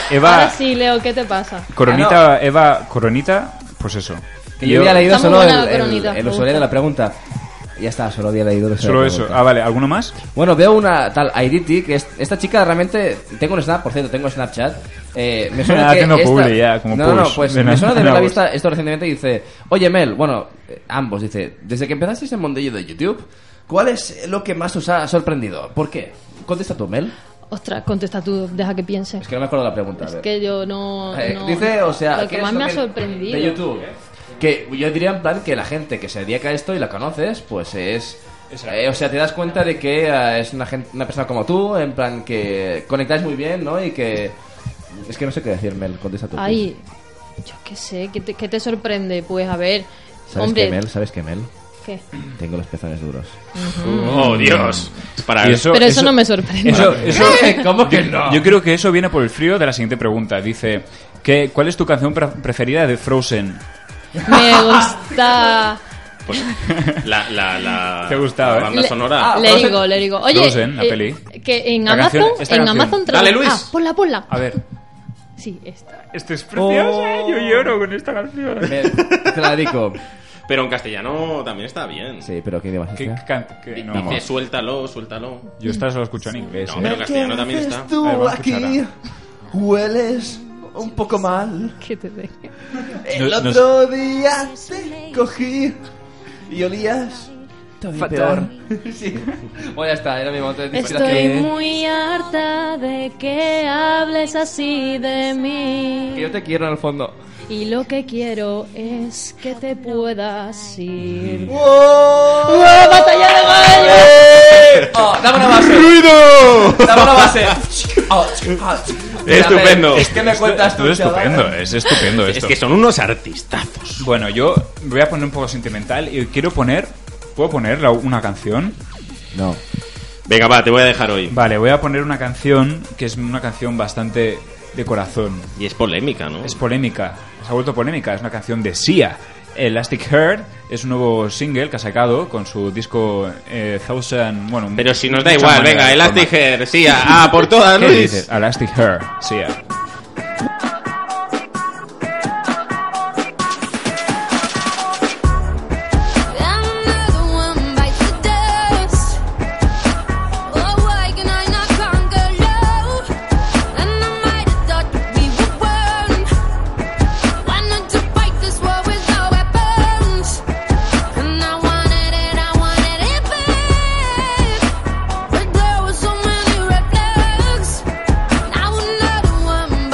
Speaker 4: Eva-
Speaker 6: Ahora sí, Leo, ¿qué te pasa?
Speaker 4: Coronita, Eva, Coronita, pues eso.
Speaker 5: Ah, Que yo había leído
Speaker 6: Está muy
Speaker 5: solo el,
Speaker 6: buena la
Speaker 5: el-
Speaker 6: coronita,
Speaker 5: el
Speaker 6: me
Speaker 5: usuario
Speaker 6: gusta.
Speaker 5: de la pregunta. Y Ya está, solo había leído el usuario
Speaker 4: Solo
Speaker 5: de la
Speaker 4: eso.
Speaker 5: pregunta.
Speaker 4: Ah, vale, ¿alguno más?
Speaker 5: Bueno, veo una tal Airiti, que es- esta chica realmente... Tengo un Snap, por cierto, tengo Snapchat. Eh, me
Speaker 4: <laughs>
Speaker 5: suena que
Speaker 4: Haciendo
Speaker 5: esta-
Speaker 4: publi ya, como
Speaker 5: No, no, no,
Speaker 4: push.
Speaker 5: pues
Speaker 4: De
Speaker 5: me
Speaker 4: nada,
Speaker 5: suena de
Speaker 4: nada,
Speaker 5: haberla
Speaker 4: pues.
Speaker 5: visto esto recientemente y dice... Oye, Mel, bueno, eh, ambos, dice... Desde que empezasteis el mundillo de YouTube, ¿cuál es lo que más os ha sorprendido? ¿Por qué? Contesta tú, Mel.
Speaker 6: Ostras, contesta tú, deja que piense.
Speaker 5: Es que no me acuerdo la pregunta. a
Speaker 6: Es
Speaker 5: ver.
Speaker 6: que yo no...
Speaker 5: Eh,
Speaker 6: no-
Speaker 5: dice, o sea,
Speaker 6: Lo que
Speaker 5: ¿qué es
Speaker 6: más
Speaker 5: lo
Speaker 6: me ha sorprendido.
Speaker 5: De YouTube. Que yo diría en plan que la gente que se dedica a esto y la conoces, pues es... eh, o sea, te das cuenta de que eh, es una, gente, una persona como tú, en plan que conectáis muy bien, ¿no? Y que... Es que no sé qué decir, Mel, contesta tú. tú.
Speaker 6: Ay, yo qué sé, ¿qué te, qué te sorprende? Pues a ver,
Speaker 5: ¿Sabes
Speaker 6: hombre,
Speaker 5: qué, Mel? ¿Sabes qué, Mel?
Speaker 6: ¿qué?
Speaker 5: Tengo los pezones duros.
Speaker 3: Oh, Dios. Para
Speaker 4: Y
Speaker 6: Pero eso no me sorprende.
Speaker 4: Eso, eso,
Speaker 5: <laughs> ¿Cómo que no?
Speaker 4: yo creo que eso viene por el frío de la siguiente pregunta. Dice, que, ¿cuál es tu canción pre- preferida de Frozen?
Speaker 6: Me
Speaker 5: <laughs>
Speaker 6: gusta...
Speaker 3: Pues, la, la, la,
Speaker 4: Te ha gustado,
Speaker 3: la
Speaker 4: ¿eh?
Speaker 3: banda
Speaker 6: Le- Ah,
Speaker 3: sonora.
Speaker 6: Le digo, le digo. Oye,
Speaker 4: Frozen, la
Speaker 6: eh,
Speaker 4: peli.
Speaker 6: que en
Speaker 4: La
Speaker 6: Amazon,
Speaker 4: canción, esta
Speaker 6: en
Speaker 4: canción.
Speaker 6: Amazon tra-
Speaker 3: Dale, Luis.
Speaker 6: Ah, ponla, ponla.
Speaker 4: A ver. Oh.
Speaker 6: Sí, esta.
Speaker 4: Esto Este es precioso, ¿eh? yo lloro con esta canción.
Speaker 5: Mel, <laughs> te la dedico.
Speaker 3: Pero en castellano también está bien.
Speaker 5: Sí, pero ¿qué idiomas es
Speaker 4: ¿Qué
Speaker 5: este?
Speaker 4: can- qué- no,
Speaker 3: Dice, suéltalo, suéltalo.
Speaker 4: yo esta solo escucho en inglés.
Speaker 3: No,
Speaker 4: eh.
Speaker 3: pero en castellano también está.
Speaker 4: A ver, vamos a escucharla.
Speaker 5: hueles
Speaker 9: un poco mal.
Speaker 6: Que te deje.
Speaker 9: El
Speaker 4: No- no
Speaker 9: otro día te cogí y olías fatal. <laughs> Sí. Bueno, ya está, era mi momento de
Speaker 6: Estoy
Speaker 9: inspiración.
Speaker 6: muy harta de que hables así de
Speaker 9: Que
Speaker 6: mí.
Speaker 9: yo te quiero en el fondo.
Speaker 6: Y lo que quiero es que te puedas ir. ¡Batalla de gallos!
Speaker 9: Oh, dame una base. ¡Ruido! Dame una base. Oh,
Speaker 4: <laughs>
Speaker 9: ah,
Speaker 3: Estupendo.
Speaker 9: Es que me cuentas tú,
Speaker 4: Esto es
Speaker 9: chaval?
Speaker 4: estupendo, es estupendo esto.
Speaker 3: Es que son unos artistazos.
Speaker 4: Bueno, yo me voy a poner un poco sentimental y quiero poner... ¿Puedo poner la- una canción?
Speaker 3: Venga, va, te voy a dejar hoy.
Speaker 4: Vale, voy a poner una canción que es una canción bastante de corazón.
Speaker 3: Y es polémica, ¿no?
Speaker 4: Es polémica, se ha vuelto polémica, es una canción de Sia. Elastic Heart es un nuevo single que ha sacado con su disco eh, Thousand... Bueno,
Speaker 3: Pero si nos da
Speaker 4: muchas
Speaker 3: igual,
Speaker 4: maneras
Speaker 3: venga,
Speaker 4: de
Speaker 3: Elastic
Speaker 4: formar.
Speaker 3: Hair, sí, a, a <laughs> por todas,
Speaker 4: ¿Qué
Speaker 3: Luis.
Speaker 4: dices? Elastic Heart,
Speaker 3: <laughs>
Speaker 4: Sia.
Speaker 10: Another one bites the dust. Oh, why can I not conquer love? And I might have thought that we were one. Wanted to fight this war with our weapons, and I wanted it, I wanted it back. But there were so many red flags. Now another one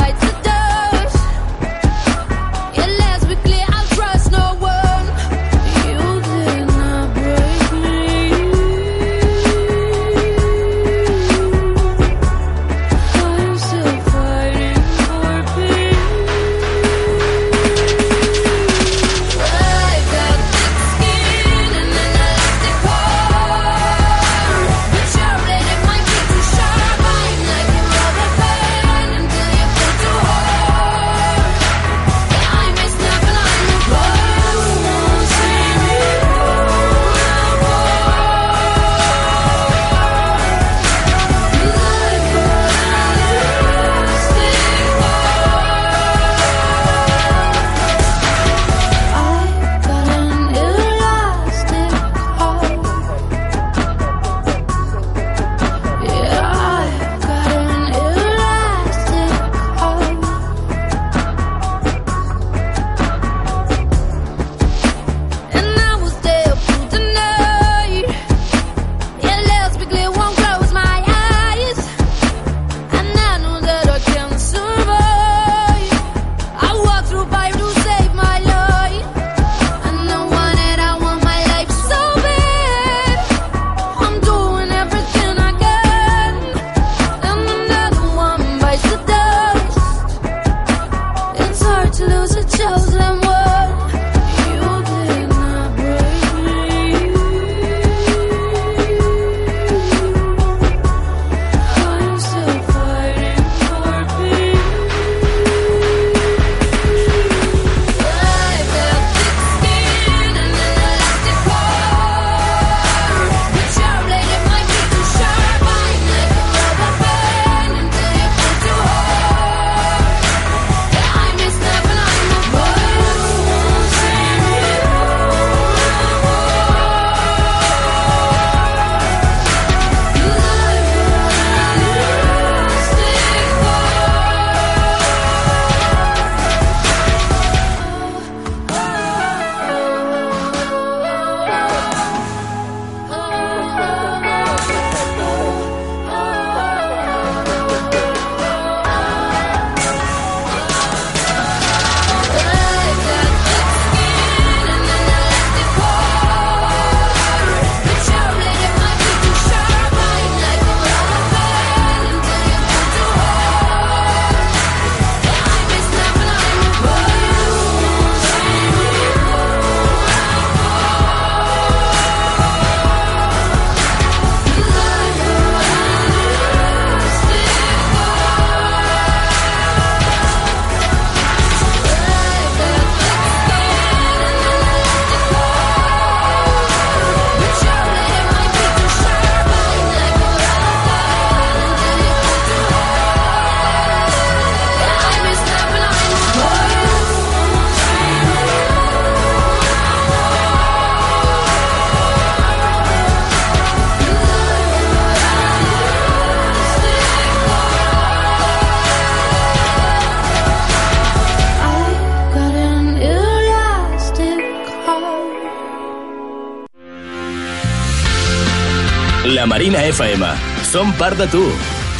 Speaker 1: La Marina FM. Som part de tu.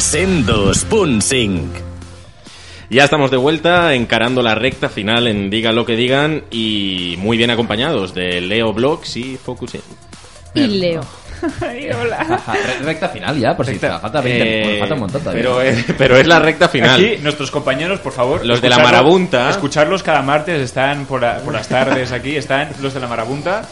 Speaker 1: 102.5.
Speaker 3: Ya estamos de vuelta, encarando la recta final en Diga lo que digan y muy bien acompañados de Leo Blogs y Focus. In.
Speaker 6: Y Leo.
Speaker 4: <laughs>
Speaker 5: Ajá, re- recta final ya, por si te falta 20
Speaker 3: Eh,
Speaker 5: bueno, falta un montón todavía.
Speaker 3: pero, es, <laughs> pero es la recta final.
Speaker 4: Aquí, nuestros compañeros, por favor.
Speaker 3: Los de la
Speaker 4: escucharlo-
Speaker 3: marabunta.
Speaker 4: Escucharlos cada martes, están por, la- por las tardes aquí, están los de la marabunta.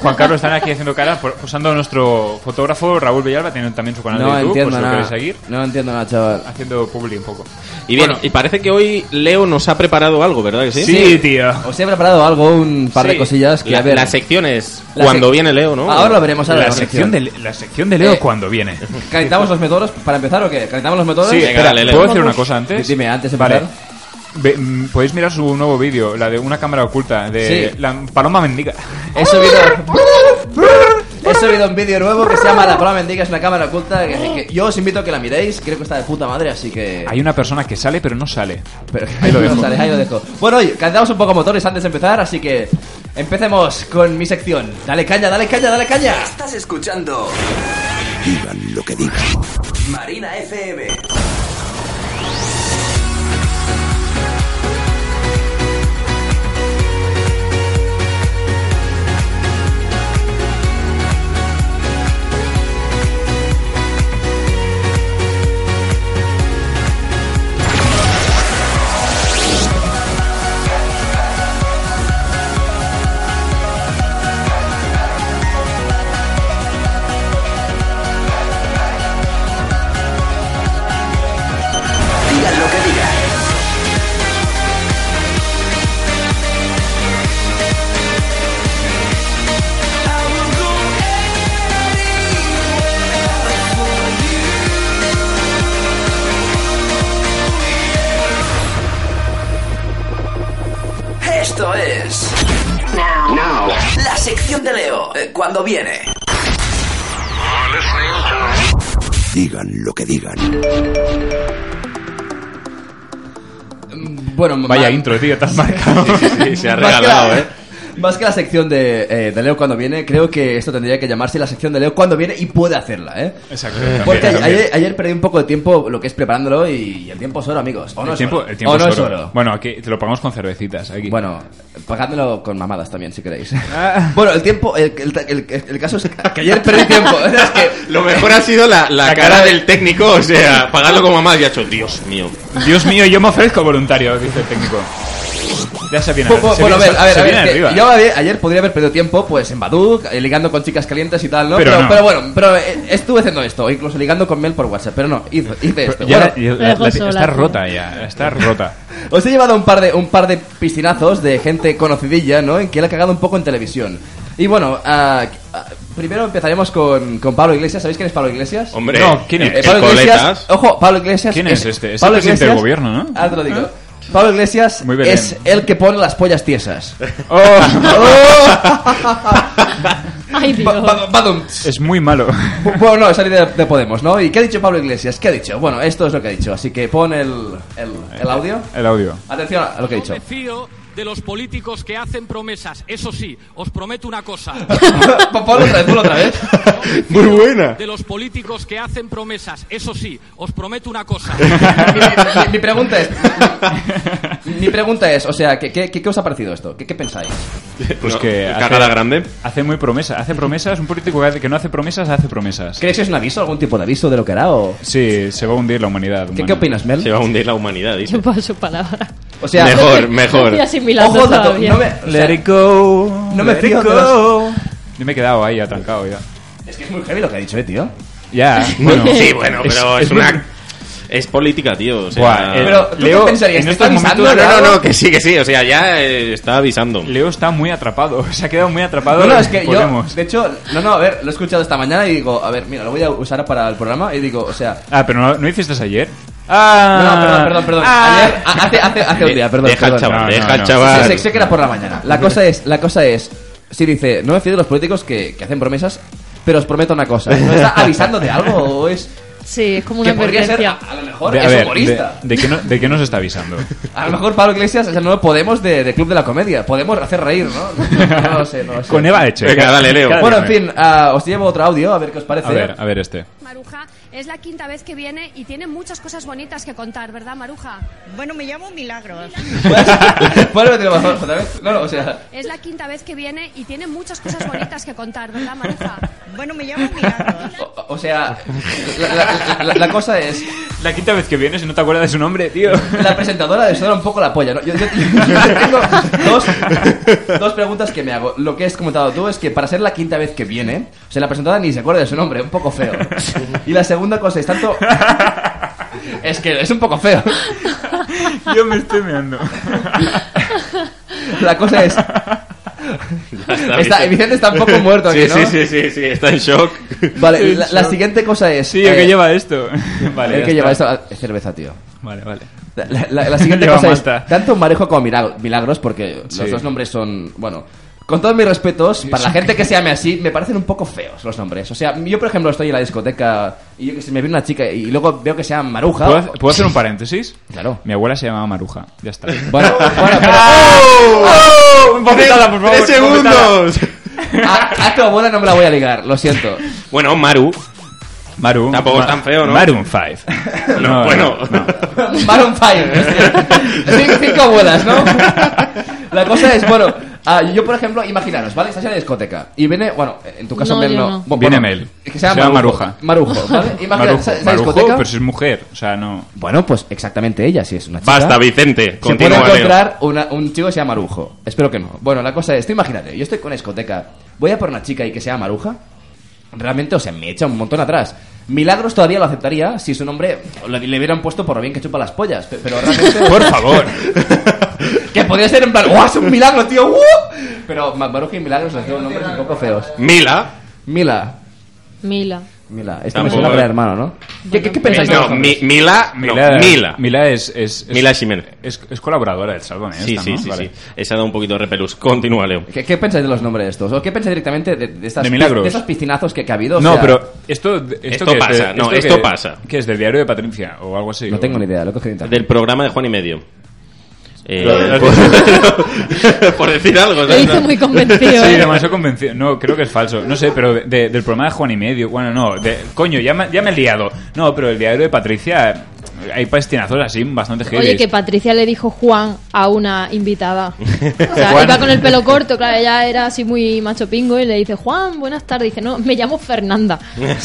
Speaker 4: Juan Carlos están aquí haciendo cara, por- posando a nuestro fotógrafo Raúl Villalba, tiene también su canal de
Speaker 5: no
Speaker 4: YouTube,
Speaker 5: entiendo
Speaker 4: por si lo
Speaker 5: nada.
Speaker 4: queréis seguir.
Speaker 5: No entiendo nada, chaval.
Speaker 4: Haciendo publi un poco.
Speaker 3: Y bien, y parece que hoy Leo nos ha preparado algo, ¿verdad que sí?
Speaker 4: Sí, tío.
Speaker 5: Os he preparado algo, un par de
Speaker 4: Sí,
Speaker 5: cosillas que
Speaker 3: La-
Speaker 5: a ver.
Speaker 3: las secciones
Speaker 5: La
Speaker 3: cuando
Speaker 5: sec-
Speaker 3: viene Leo, ¿no?
Speaker 5: Ahora lo veremos ahora.
Speaker 4: La sección, de, la sección de Leo
Speaker 5: Eh.
Speaker 4: cuando viene.
Speaker 5: ¿Calentamos los metodos para empezar o qué? ¿Calentamos los metodos?
Speaker 4: Sí,
Speaker 3: venga,
Speaker 4: espera,
Speaker 3: dale, Leo.
Speaker 4: ¿puedo decir una cosa antes?
Speaker 5: Dime, antes de
Speaker 4: Vale.
Speaker 5: empezar.
Speaker 4: Ve- mm, Podéis mirar su nuevo vídeo, la de una cámara oculta, de
Speaker 5: Sí.
Speaker 4: la Paloma Mendiga.
Speaker 5: He subido, he subido un vídeo nuevo que se llama La Paloma Mendiga, es una cámara oculta. que- que- yo os invito a que la miréis, creo que está de puta madre, así que.
Speaker 4: Hay una persona que sale, pero no sale.
Speaker 5: Pero-
Speaker 4: Ahí
Speaker 5: <laughs>
Speaker 4: lo
Speaker 5: no
Speaker 4: dejo.
Speaker 5: sale, ahí lo dejo. Bueno, oye, calentamos un poco motores antes de empezar, así que empecemos con mi sección. Dale caña, dale caña, dale caña.
Speaker 9: Estás escuchando
Speaker 2: Digan lo que digan.
Speaker 9: Marina FM. Digan lo que digan. Esto es la sección de Leo eh, cuando viene.
Speaker 2: Digan lo que digan.
Speaker 5: Bueno,
Speaker 4: Vaya
Speaker 5: ma-
Speaker 4: intro, tío, tan marcado.
Speaker 3: Sí, se ha
Speaker 5: más que
Speaker 3: regalado,
Speaker 5: la-
Speaker 3: ¿eh?
Speaker 5: Más que la sección de, eh, de Leo cuando viene, creo que esto tendría que llamarse la sección de Leo cuando viene y puede hacerla, ¿eh?
Speaker 4: <laughs> Exacto.
Speaker 5: Porque
Speaker 4: También,
Speaker 5: ayer, ayer perdí un poco de tiempo lo que es preparándolo y el tiempo es oro, amigos. O no
Speaker 4: el
Speaker 5: es
Speaker 4: tiempo,
Speaker 5: oro.
Speaker 4: el tiempo
Speaker 5: O no
Speaker 4: es
Speaker 5: es
Speaker 4: oro.
Speaker 5: oro.
Speaker 4: Bueno, aquí te lo pagamos con cervecitas. Aquí.
Speaker 5: Bueno, pagádmelo con mamadas también, si queréis.
Speaker 4: Ah.
Speaker 5: <laughs> Bueno, el tiempo, el, el- el- el caso es que <laughs> ayer perdí tiempo. Es que-
Speaker 3: Lo mejor ha sido la, la
Speaker 4: La
Speaker 3: cara
Speaker 4: cara de-
Speaker 3: del técnico, o <laughs> sea, pagarlo como más y ha hecho, Dios mío.
Speaker 4: Dios mío, yo me ofrezco voluntario, dice el técnico. Ya <laughs> se viene.
Speaker 5: Bu- bu-
Speaker 4: se
Speaker 5: bueno, a
Speaker 4: viene-
Speaker 5: ver, a ver,
Speaker 4: se
Speaker 5: a ver,
Speaker 4: viene
Speaker 5: que
Speaker 4: arriba. eh.
Speaker 5: yo ayer, ayer podría haber perdido tiempo, pues en Badoo, eh, ligando con chicas calientes y tal, ¿no?
Speaker 4: Pero no.
Speaker 5: bueno, pero eh, estuve haciendo esto, incluso ligando con Mel por WhatsApp, pero no, hice, hice esto.
Speaker 4: Ya
Speaker 5: Bueno,
Speaker 4: la- ya
Speaker 6: Me
Speaker 4: la-
Speaker 6: dejo
Speaker 4: la-
Speaker 6: sola,
Speaker 4: está
Speaker 6: tío.
Speaker 4: rota ya, está rota.
Speaker 5: Os he llevado un par de un par de piscinazos de gente conocidilla, ¿no? En que la ha cagado un poco en televisión. Y bueno, ah, ah, primero empezaremos con, con Pablo Iglesias. ¿Sabéis quién es Pablo Iglesias?
Speaker 3: Hombre,
Speaker 4: No, ¿quién es?
Speaker 3: el
Speaker 4: Eh, <laughs>
Speaker 5: Pablo Iglesias,
Speaker 3: coletas.
Speaker 5: ojo, Pablo Iglesias.
Speaker 4: ¿Quién es este? Es el
Speaker 5: Pablo
Speaker 4: presidente del
Speaker 5: Iglesias-
Speaker 4: gobierno, ¿no?
Speaker 5: Ah, te lo digo. Pablo Iglesias
Speaker 4: Muy Belén.
Speaker 5: es el que pone las pollas tiesas.
Speaker 4: Oh,
Speaker 5: <laughs>
Speaker 6: Ay,
Speaker 5: Ba-
Speaker 6: Dios.
Speaker 5: ba- badum.
Speaker 4: Es muy malo. <laughs>
Speaker 5: Bu- Bueno, no, es salir de, de Podemos, ¿no? ¿Y qué ha dicho Pablo Iglesias? ¿Qué ha dicho? Bueno, esto es lo que ha dicho, así que pon el, el, el audio.
Speaker 4: El audio.
Speaker 5: Atención a lo que ha dicho. <laughs>
Speaker 11: fío de los políticos que hacen promesas. Eso sí, os prometo una cosa.
Speaker 5: Pon- Ponlo otra vez, ponlo otra vez.
Speaker 3: Muy buena.
Speaker 11: De los políticos que hacen promesas. Eso sí, os prometo una cosa.
Speaker 5: Mi, mi- mi pregunta es... Mi pregunta es, o sea, ¿qué, qué, qué- qué os ha parecido esto? ¿Qué, qué pensáis?
Speaker 4: Pues
Speaker 3: No,
Speaker 4: que. hace-
Speaker 3: cagada grande.
Speaker 4: Hace muy promesa. Hace promesas. Un político que hace- que no hace promesas, hace promesas.
Speaker 5: ¿Creéis que es un aviso, algún tipo de aviso de lo que hará o...?
Speaker 4: Sí, se va a hundir la humanidad.
Speaker 5: ¿Qué,
Speaker 4: humana.
Speaker 5: qué opinas, Mel?
Speaker 3: Se va a hundir la humanidad, dice.
Speaker 6: Yo paso palabra.
Speaker 5: O sea,
Speaker 3: Mejor, mejor.
Speaker 6: Estoy asimilando
Speaker 5: ojo, al dato,
Speaker 6: todavía.
Speaker 5: no me... o sea,
Speaker 4: Let it go.
Speaker 5: No me
Speaker 4: let
Speaker 5: fío
Speaker 4: it
Speaker 5: de
Speaker 4: go. Yo me he quedado ahí atrancado ya.
Speaker 5: es que es muy heavy lo que ha dicho, eh, tío.
Speaker 4: Ya. Bueno.
Speaker 3: Sí, bueno, pero es,
Speaker 4: muy-
Speaker 3: una... Es política, tío. O sea,
Speaker 4: Buah, eh,
Speaker 5: Pero, ¿tú
Speaker 4: Leo,
Speaker 5: qué pensarías?
Speaker 4: en
Speaker 5: ¿Te
Speaker 4: estos
Speaker 5: está avisando
Speaker 4: momentos-
Speaker 5: de
Speaker 3: No,
Speaker 5: algo?
Speaker 3: no, que sí, que sí. O sea, ya eh, está avisando.
Speaker 4: Leo está muy atrapado. <laughs> Se ha quedado muy atrapado.
Speaker 5: No, no,
Speaker 4: en
Speaker 5: es que yo,
Speaker 4: Podemos.
Speaker 5: de hecho, no, no, a ver, lo he escuchado esta mañana y digo, a ver, mira, lo voy a usar para el programa y digo, o sea,
Speaker 4: Ah, pero no, ¿no hiciste ayer.
Speaker 5: no, no,
Speaker 4: Ah.
Speaker 5: perdón, perdón, perdón,
Speaker 4: Ah.
Speaker 5: ayer, a- hace, hace, hace un día, perdón,
Speaker 3: deja
Speaker 5: perdón.
Speaker 3: al chaval,
Speaker 4: No, no,
Speaker 3: deja al
Speaker 4: no.
Speaker 3: chaval.
Speaker 5: Sí, sé, sé que era por la mañana. La cosa es, la cosa es, si dice, no me fío de los políticos que, que hacen promesas, pero os prometo una cosa, ¿no está avisando de algo o es
Speaker 6: Sí, es como
Speaker 5: que
Speaker 6: una
Speaker 5: podría ser, a,
Speaker 6: advertencia.
Speaker 5: a lo mejor
Speaker 4: De- a
Speaker 5: es
Speaker 4: ver,
Speaker 5: humorista.
Speaker 4: De, de qué no- ¿De qué nos está
Speaker 5: <laughs>
Speaker 4: avisando?
Speaker 5: A lo mejor Pablo Iglesias es el nuevo Podemos de, de Club de la Comedia. Podemos hacer reír, ¿no? No, lo sé, no lo sé.
Speaker 4: Con Eva Eche.
Speaker 3: Venga, dale, Leo.
Speaker 4: Cada
Speaker 5: Bueno, en
Speaker 4: día.
Speaker 5: fin, ah, os llevo otro audio a ver qué os parece.
Speaker 4: A ver, a ver este.
Speaker 12: Maruja, es la quinta vez que viene y tiene muchas cosas bonitas que contar, ¿verdad, Maruja? Bueno, me llamo Milagros.
Speaker 5: <laughs> Vuelve de lo mejor otra vez. No, no, o sea,
Speaker 12: Es la quinta vez que viene y tiene muchas cosas bonitas que contar, ¿verdad, Maruja? Bueno, me llamo Milagros.
Speaker 5: o, o sea, la, la- la- la cosa es,
Speaker 4: La quinta vez que vienes y no te acuerdas de su nombre,
Speaker 5: <laughs>
Speaker 4: tío.
Speaker 5: la presentadora de un poco la polla, ¿no? Yo, yo- yo tengo dos, dos preguntas que me hago. Lo que has comentado tú es que para ser la quinta vez que viene, o sea, la presentadora ni se acuerda de su nombre, un poco feo. Y la segunda cosa es tanto... Es que es un poco feo.
Speaker 4: Yo me estoy
Speaker 5: <laughs>
Speaker 4: meando.
Speaker 5: La
Speaker 4: <laughs>
Speaker 5: cosa es...
Speaker 3: <laughs> Está
Speaker 5: Está-
Speaker 3: Vicente.
Speaker 5: Vicente está un poco muerto
Speaker 3: sí,
Speaker 5: aquí,
Speaker 3: sí,
Speaker 5: ¿no?
Speaker 3: sí, sí, sí, está en
Speaker 5: <laughs>
Speaker 3: shock.
Speaker 5: Vale, la, la siguiente cosa es...
Speaker 4: Sí, el
Speaker 5: eh,
Speaker 4: que lleva esto. Vale.
Speaker 5: el
Speaker 4: ya
Speaker 5: que lleva
Speaker 4: está.
Speaker 5: esto... ah, Es cerveza, tío.
Speaker 4: Vale, vale.
Speaker 5: La,
Speaker 4: <laughs>
Speaker 5: la- la siguiente
Speaker 4: Lleva
Speaker 5: cosa es
Speaker 4: manta.
Speaker 5: tanto Marejo como Milag- Milagros, porque
Speaker 4: Sí.
Speaker 5: los dos nombres son, bueno, con todos mis respetos, para la gente que se llame así, me parecen un poco feos los nombres. O sea, yo por ejemplo estoy en la discoteca y yo que sé, me viene una chica y luego veo que se llama Maruja.
Speaker 4: ¿Puedo, hacer- puedo hacer un paréntesis?
Speaker 5: Claro.
Speaker 4: Mi abuela se llamaba Maruja. Ya
Speaker 5: <laughs>
Speaker 4: está.
Speaker 5: Bueno, bueno, pero oh,
Speaker 4: Un bofetada, por favor,
Speaker 3: ¡Tres
Speaker 4: un bofetada.
Speaker 3: segundos!
Speaker 5: a, a tu abuela Ah, no me la voy a ligar, lo siento.
Speaker 3: Bueno, Maru.
Speaker 4: Maru.
Speaker 3: Tampoco es tan feo, ¿no?
Speaker 4: Maroon 5.
Speaker 3: <laughs> No, <laughs> bueno.
Speaker 5: <laughs> Maroon Fire. Cinco, cinco abuelas, ¿no? La cosa es, bueno, ah, yo por ejemplo, imaginaros, ¿vale? Estás en la discoteca y viene, bueno, en tu caso
Speaker 6: No,
Speaker 5: Mel
Speaker 6: yo
Speaker 5: no.
Speaker 6: no.
Speaker 5: Bueno,
Speaker 4: Viene
Speaker 5: bueno,
Speaker 4: Mel.
Speaker 5: Que se llama,
Speaker 4: Se llama
Speaker 5: Marujo. Marujo, ¿vale? Imaginaros,
Speaker 4: Marujo,
Speaker 5: esa- esa
Speaker 4: Marujo,
Speaker 5: discoteca.
Speaker 4: pero si es mujer. O sea, no.
Speaker 5: Bueno, pues exactamente ella, si es una chica.
Speaker 3: Basta, Vicente.
Speaker 5: Se puede
Speaker 3: Continúa, Leo.
Speaker 5: encontrar una- un chico que se llama Marujo. Espero que no. Bueno, la cosa es, tú imagínate, yo estoy con una discoteca, voy a por una chica y que sea Maruja. Realmente, o sea, me echa un montón atrás. Milagros todavía lo aceptaría si su nombre le, le hubieran puesto por lo bien que chupa las pollas. pe- Pero realmente.
Speaker 4: <laughs> Por
Speaker 3: <laughs>
Speaker 4: favor.
Speaker 5: que podría ser en plan, ¡guau! Es un milagro, tío, ¡uh! Pero Ma- Maruja y Milagros son dos nombres un poco feos.
Speaker 3: Mila.
Speaker 5: Mila.
Speaker 6: Mila.
Speaker 5: Mila. Esto me suena
Speaker 3: Tampoco.
Speaker 5: para el hermano, ¿no? ¿Qué, qué- qué pensáis de
Speaker 3: No,
Speaker 5: los nombres?
Speaker 3: Mi- Mila, no,
Speaker 4: Mila.
Speaker 3: Mila.
Speaker 4: Mila es. es, es-
Speaker 3: Mila Jiménez.
Speaker 4: Es, es colaboradora del Sálvame.
Speaker 3: Sí,
Speaker 4: esta,
Speaker 3: sí,
Speaker 4: ¿no?
Speaker 3: sí,
Speaker 4: Vale.
Speaker 3: sí. Esa da un poquito de repelús. Continúa, Leo.
Speaker 5: ¿Qué, qué pensáis de los nombres de estos? ¿O qué pensáis directamente de, de, estas,
Speaker 4: De Milagros.
Speaker 5: de esos piscinazos que, que ha habido? O
Speaker 4: no,
Speaker 5: sea,
Speaker 4: pero esto, esto,
Speaker 3: Esto
Speaker 4: que es
Speaker 3: pasa, no, esto
Speaker 4: que-
Speaker 3: pasa.
Speaker 4: Que es del diario de Patricia o algo así.
Speaker 5: No
Speaker 4: o-
Speaker 5: tengo ni idea, lo he cogido de internet.
Speaker 3: Del programa de Juan y Medio. Eh, <laughs>
Speaker 4: Lo-
Speaker 3: por, <laughs> por decir algo.
Speaker 6: Lo
Speaker 3: ¿sabes?
Speaker 6: hizo muy convencido,
Speaker 4: Sí,
Speaker 6: ¿eh?
Speaker 4: demasiado convencido. No, creo que es falso. No sé, pero de- de- del programa de Juan y Medio. Bueno, no, de- coño, ya me, ya me he liado. No, pero el diario de Patricia. eh, Hay pastinazos así bastante heavy.
Speaker 6: Oye, que Patricia le dijo Juan a una invitada. O sea,
Speaker 4: Juan.
Speaker 6: iba con el pelo corto, claro, ella era así muy macho pingo y le dice, Juan, buenas tardes. Dice, no, me llamo Fernanda.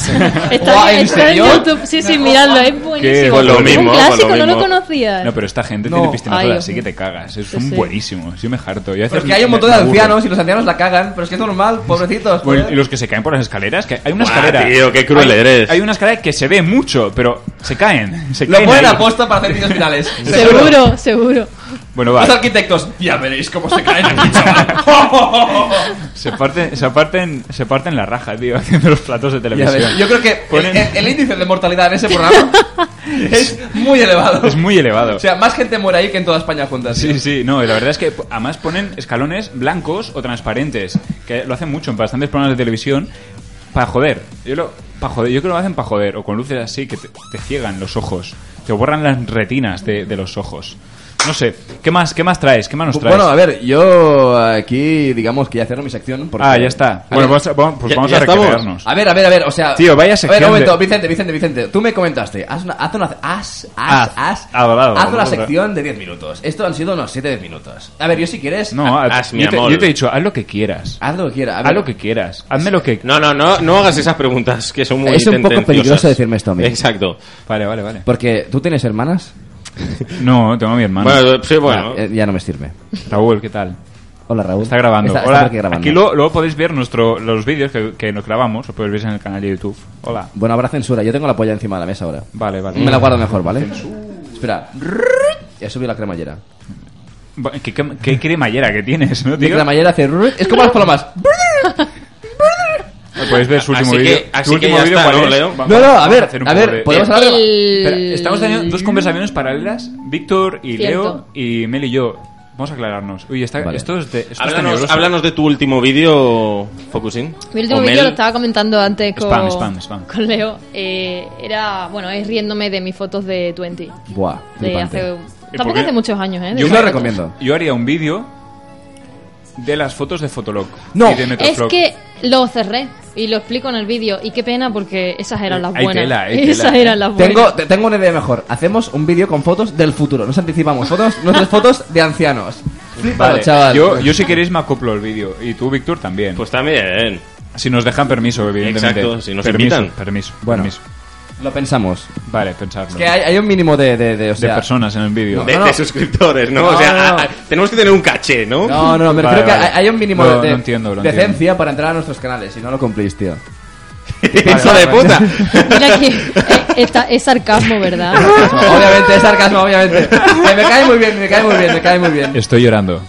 Speaker 5: Guau,
Speaker 6: está
Speaker 5: ¿en
Speaker 6: en, está en
Speaker 5: serio?
Speaker 6: YouTube. Sí, sí, miradlo, es buenísimo.
Speaker 3: Pues lo
Speaker 6: Es
Speaker 3: mismo,
Speaker 6: un
Speaker 3: pues lo
Speaker 6: clásico, no lo
Speaker 3: mismo.
Speaker 6: conocías.
Speaker 4: No, pero esta gente
Speaker 5: No.
Speaker 4: tiene pistinazos
Speaker 6: Ay,
Speaker 4: así
Speaker 6: Dios
Speaker 4: que
Speaker 6: mío.
Speaker 4: te cagas. Es
Speaker 6: Sí,
Speaker 4: un
Speaker 6: sí.
Speaker 4: buenísimo. Yo me harto. Yo a veces
Speaker 5: Pero es que hay un
Speaker 4: me-
Speaker 5: montón de
Speaker 4: me aburro.
Speaker 5: ancianos y los ancianos la cagan, pero es que
Speaker 4: <laughs>
Speaker 5: es normal, pobrecitos.
Speaker 4: Bueno,
Speaker 5: joder.
Speaker 4: y los que se caen por las escaleras, que hay una
Speaker 3: Buah,
Speaker 4: escalera.
Speaker 3: tío, qué cruel
Speaker 4: hay,
Speaker 3: eres.
Speaker 4: Hay una escalera que se ve mucho, pero se caen. Se
Speaker 5: Lo
Speaker 4: caen
Speaker 5: ponen
Speaker 4: ahí.
Speaker 5: a posta para hacer
Speaker 4: <laughs>
Speaker 5: vídeos finales.
Speaker 6: Seguro, seguro.
Speaker 4: Bueno,
Speaker 5: Los
Speaker 4: va.
Speaker 5: arquitectos, ya veréis cómo se caen aquí, chaval.
Speaker 4: <laughs> Se parten, se parten, se parten la raja, tío, haciendo los platos de
Speaker 5: Ya
Speaker 4: televisión.
Speaker 5: ves, Yo creo que el,
Speaker 4: Ponen-
Speaker 5: el- el índice de mortalidad en ese
Speaker 4: <laughs>
Speaker 5: programa es muy elevado.
Speaker 4: Es muy elevado.
Speaker 5: O sea, más gente muere ahí que en toda España juntas. tío.
Speaker 4: Sí, sí, no, la verdad es que además ponen escalones blancos o transparentes, que lo hacen mucho en bastantes programas de televisión, para joder. Yo, lo, para joder, yo creo que lo hacen para joder, o con luces así que te, te ciegan los ojos, te borran las retinas de, de los ojos. No sé, ¿qué más, qué más traes? ¿Qué más nos traes?
Speaker 5: Bueno, a ver, yo aquí digamos que ya cierro mi sección. porque-
Speaker 4: ah, ya está. Bueno, vamos a, vamos, pues
Speaker 3: Ya-
Speaker 4: vamos
Speaker 3: ya
Speaker 4: a
Speaker 3: estamos. Ah,
Speaker 4: recrearnos.
Speaker 5: A ver, a ver, a ver, o sea.
Speaker 4: Tío, vaya
Speaker 5: A ver,
Speaker 4: sección
Speaker 5: un momento,
Speaker 4: de-
Speaker 5: Vicente, Vicente, Vicente. Tú me comentaste, haz una, haz una, haz, haz,
Speaker 4: Haz.
Speaker 5: haz,
Speaker 4: Ah, va, va, va,
Speaker 5: haz una
Speaker 4: va, va.
Speaker 5: sección de 10 minutos. Esto han sido unos 7 minutos. A ver, yo si quieres,
Speaker 4: No,
Speaker 3: Ah,
Speaker 4: haz-
Speaker 3: haz, mi
Speaker 4: yo, te,
Speaker 3: amor. Ah,
Speaker 4: yo te he dicho, haz lo que quieras.
Speaker 5: haz lo que quieras. A ver,
Speaker 4: Haz lo que quieras. Hazme lo que...
Speaker 3: No, no, no, no hagas esas preguntas que son muy
Speaker 5: Es un poco
Speaker 3: tendenciosas.
Speaker 5: peligroso decirme esto a mí.
Speaker 3: Exacto.
Speaker 4: Vale, vale, vale.
Speaker 5: Porque tú tienes hermanas.
Speaker 4: No, tengo a mi hermano.
Speaker 3: Bueno, sí, bueno.
Speaker 5: Ah, eh, ya no me sirve.
Speaker 4: Raúl, ¿qué tal?
Speaker 5: Hola, Raúl.
Speaker 4: Está grabando.
Speaker 5: Está- está
Speaker 4: Hola.
Speaker 5: aquí grabando.
Speaker 4: Aquí lo- luego podéis ver nuestro, los vídeos que, que nos grabamos, lo podéis ver en el canal de YouTube. Hola.
Speaker 5: Bueno, habrá censura. Yo tengo la polla encima de la mesa ahora.
Speaker 4: Vale, vale.
Speaker 5: Me la guardo mejor, ¿vale? Espera. Ya subí la cremallera.
Speaker 4: Va- ¿Qué, qué, qué cremallera que tienes, no,
Speaker 5: Mi
Speaker 4: tío?
Speaker 5: cremallera hace. Es como las palomas.
Speaker 4: Podéis ver su último
Speaker 3: Así que-
Speaker 4: vídeo.
Speaker 3: así
Speaker 4: ¿Tu
Speaker 3: que
Speaker 4: último
Speaker 3: ya
Speaker 4: vídeo
Speaker 3: está,
Speaker 4: cuál
Speaker 3: ¿no,
Speaker 4: es?
Speaker 3: Leo?
Speaker 4: Vamos-
Speaker 5: No, no, a
Speaker 4: vamos
Speaker 5: ver,
Speaker 4: hacer un
Speaker 5: a
Speaker 4: poco
Speaker 5: ver,
Speaker 4: de-
Speaker 5: podemos hablar Mm. de.
Speaker 6: El-
Speaker 4: Espera, estamos teniendo dos conversaciones paralelas, Víctor y Leo
Speaker 6: Cierto.
Speaker 4: y Mel y yo. Vamos a aclararnos. Oye, está,
Speaker 3: Vale.
Speaker 4: esto es de. esto es
Speaker 3: Háblanos,
Speaker 4: tenebroso.
Speaker 3: háblanos de tu último vídeo, Focusin.
Speaker 6: Mi último
Speaker 3: O Mel.
Speaker 6: vídeo lo estaba comentando antes con,
Speaker 3: Spam, spam, spam.
Speaker 6: con Leo. Eh, era, bueno, es riéndome de mis fotos de 20.
Speaker 5: Buah,
Speaker 6: De
Speaker 5: flipante.
Speaker 6: hace,
Speaker 4: ¿Y por
Speaker 6: tampoco
Speaker 4: qué?
Speaker 6: hace muchos años, ¿eh? De
Speaker 4: Yo
Speaker 6: esas
Speaker 4: me
Speaker 6: fotos.
Speaker 5: recomiendo.
Speaker 4: Yo haría un vídeo de las fotos de Fotolog.
Speaker 5: No.
Speaker 4: y de
Speaker 6: Es
Speaker 4: Metroflog.
Speaker 6: que lo cerré y lo explico en el vídeo. Y qué pena porque esas
Speaker 4: Eh,
Speaker 6: eran las
Speaker 5: Hay
Speaker 6: buenas.
Speaker 5: tela, hay
Speaker 6: <laughs>
Speaker 5: tela.
Speaker 6: esas eran las buenas.
Speaker 5: Tengo, te- tengo una idea mejor. Hacemos un vídeo con fotos del futuro. Nos anticipamos. Fotos, nuestras fotos de ancianos. Flipado,
Speaker 4: Vale,
Speaker 5: chaval.
Speaker 4: Yo, yo si queréis me acoplo el vídeo. Y tú, Víctor, también. Pues
Speaker 3: también.
Speaker 4: Si nos dejan permiso, evidentemente.
Speaker 3: Exacto, si nos
Speaker 4: permiso,
Speaker 3: invitan.
Speaker 4: Permiso,
Speaker 5: Bueno.
Speaker 4: permiso.
Speaker 5: Lo pensamos.
Speaker 4: Vale, pensarlo.
Speaker 5: Es que hay, hay un mínimo de... De, de, o sea-
Speaker 4: de personas en el vídeo.
Speaker 5: <laughs> No,
Speaker 3: De,
Speaker 5: no, no.
Speaker 3: de suscriptores, ¿no?
Speaker 5: No,
Speaker 3: o sea,
Speaker 5: no, no.
Speaker 3: a- a- <laughs> tenemos que tener un caché, ¿no?
Speaker 5: No, no, no, me refiero que hay hay un mínimo de, de- decencia
Speaker 3: entiendo.
Speaker 5: para entrar a nuestros canales. Si no lo cumplís, tío.
Speaker 3: Hijo de puta.
Speaker 6: Mira que eh, está- es sarcasmo, ¿verdad?
Speaker 4: <laughs>
Speaker 5: obviamente, es sarcasmo, obviamente. Que me cae muy bien, me cae muy bien, me cae muy bien.
Speaker 4: Estoy llorando.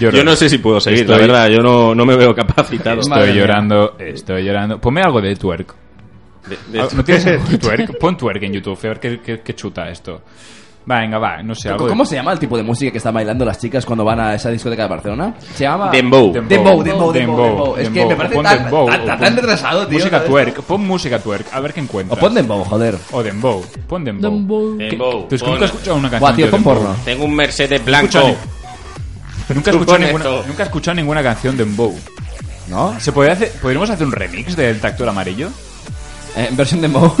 Speaker 4: Lloro.
Speaker 3: Yo no sé si puedo seguir,
Speaker 4: Estoy-
Speaker 3: la verdad, yo no, no me veo capacitado.
Speaker 4: Estoy llorando, estoy llorando. Ponme algo de twerk.
Speaker 3: de-
Speaker 4: Ah, ¿No
Speaker 3: <laughs>
Speaker 4: tienes algo de twerk? Pon twerk en YouTube, a ver qué, qué- qué chuta esto. Va, venga, va, no sé, algo
Speaker 5: ¿Cómo,
Speaker 4: de-
Speaker 5: cómo se llama el tipo de música que están bailando las chicas cuando van a esa discoteca de Barcelona? Se llama...
Speaker 3: Dembow.
Speaker 5: Dembow, Dembow, Dembow, Dembow. Es que me parece
Speaker 4: Pon
Speaker 5: tan-
Speaker 4: dembow,
Speaker 5: tan-
Speaker 4: o
Speaker 5: tan
Speaker 4: pon-
Speaker 5: retrasado, tío,
Speaker 4: Música
Speaker 5: ¿sabes?
Speaker 4: twerk, pon música twerk, a ver qué encuentras.
Speaker 5: O pon Dembow, joder.
Speaker 4: O dembow, pon dembow.
Speaker 6: Dembow.
Speaker 4: ¿Qué-
Speaker 3: Dembow,
Speaker 4: ¿Tú es que
Speaker 3: pon-
Speaker 4: nunca has escuchado una
Speaker 5: Buah,
Speaker 4: canción
Speaker 5: tío,
Speaker 4: de
Speaker 5: pon
Speaker 4: dembow?
Speaker 5: porno.
Speaker 3: Tengo un Mercedes
Speaker 4: Escucha,
Speaker 3: blanco.
Speaker 4: Nunca he
Speaker 3: Tú
Speaker 4: escuchado
Speaker 3: pon
Speaker 4: ninguna,
Speaker 3: esto.
Speaker 4: nunca he escuchado ninguna canción de dembow.
Speaker 5: ¿No?
Speaker 4: ¿Se podría hacer, podríamos hacer un remix del Tactor Amarillo?
Speaker 5: Eh, en versión Dembow.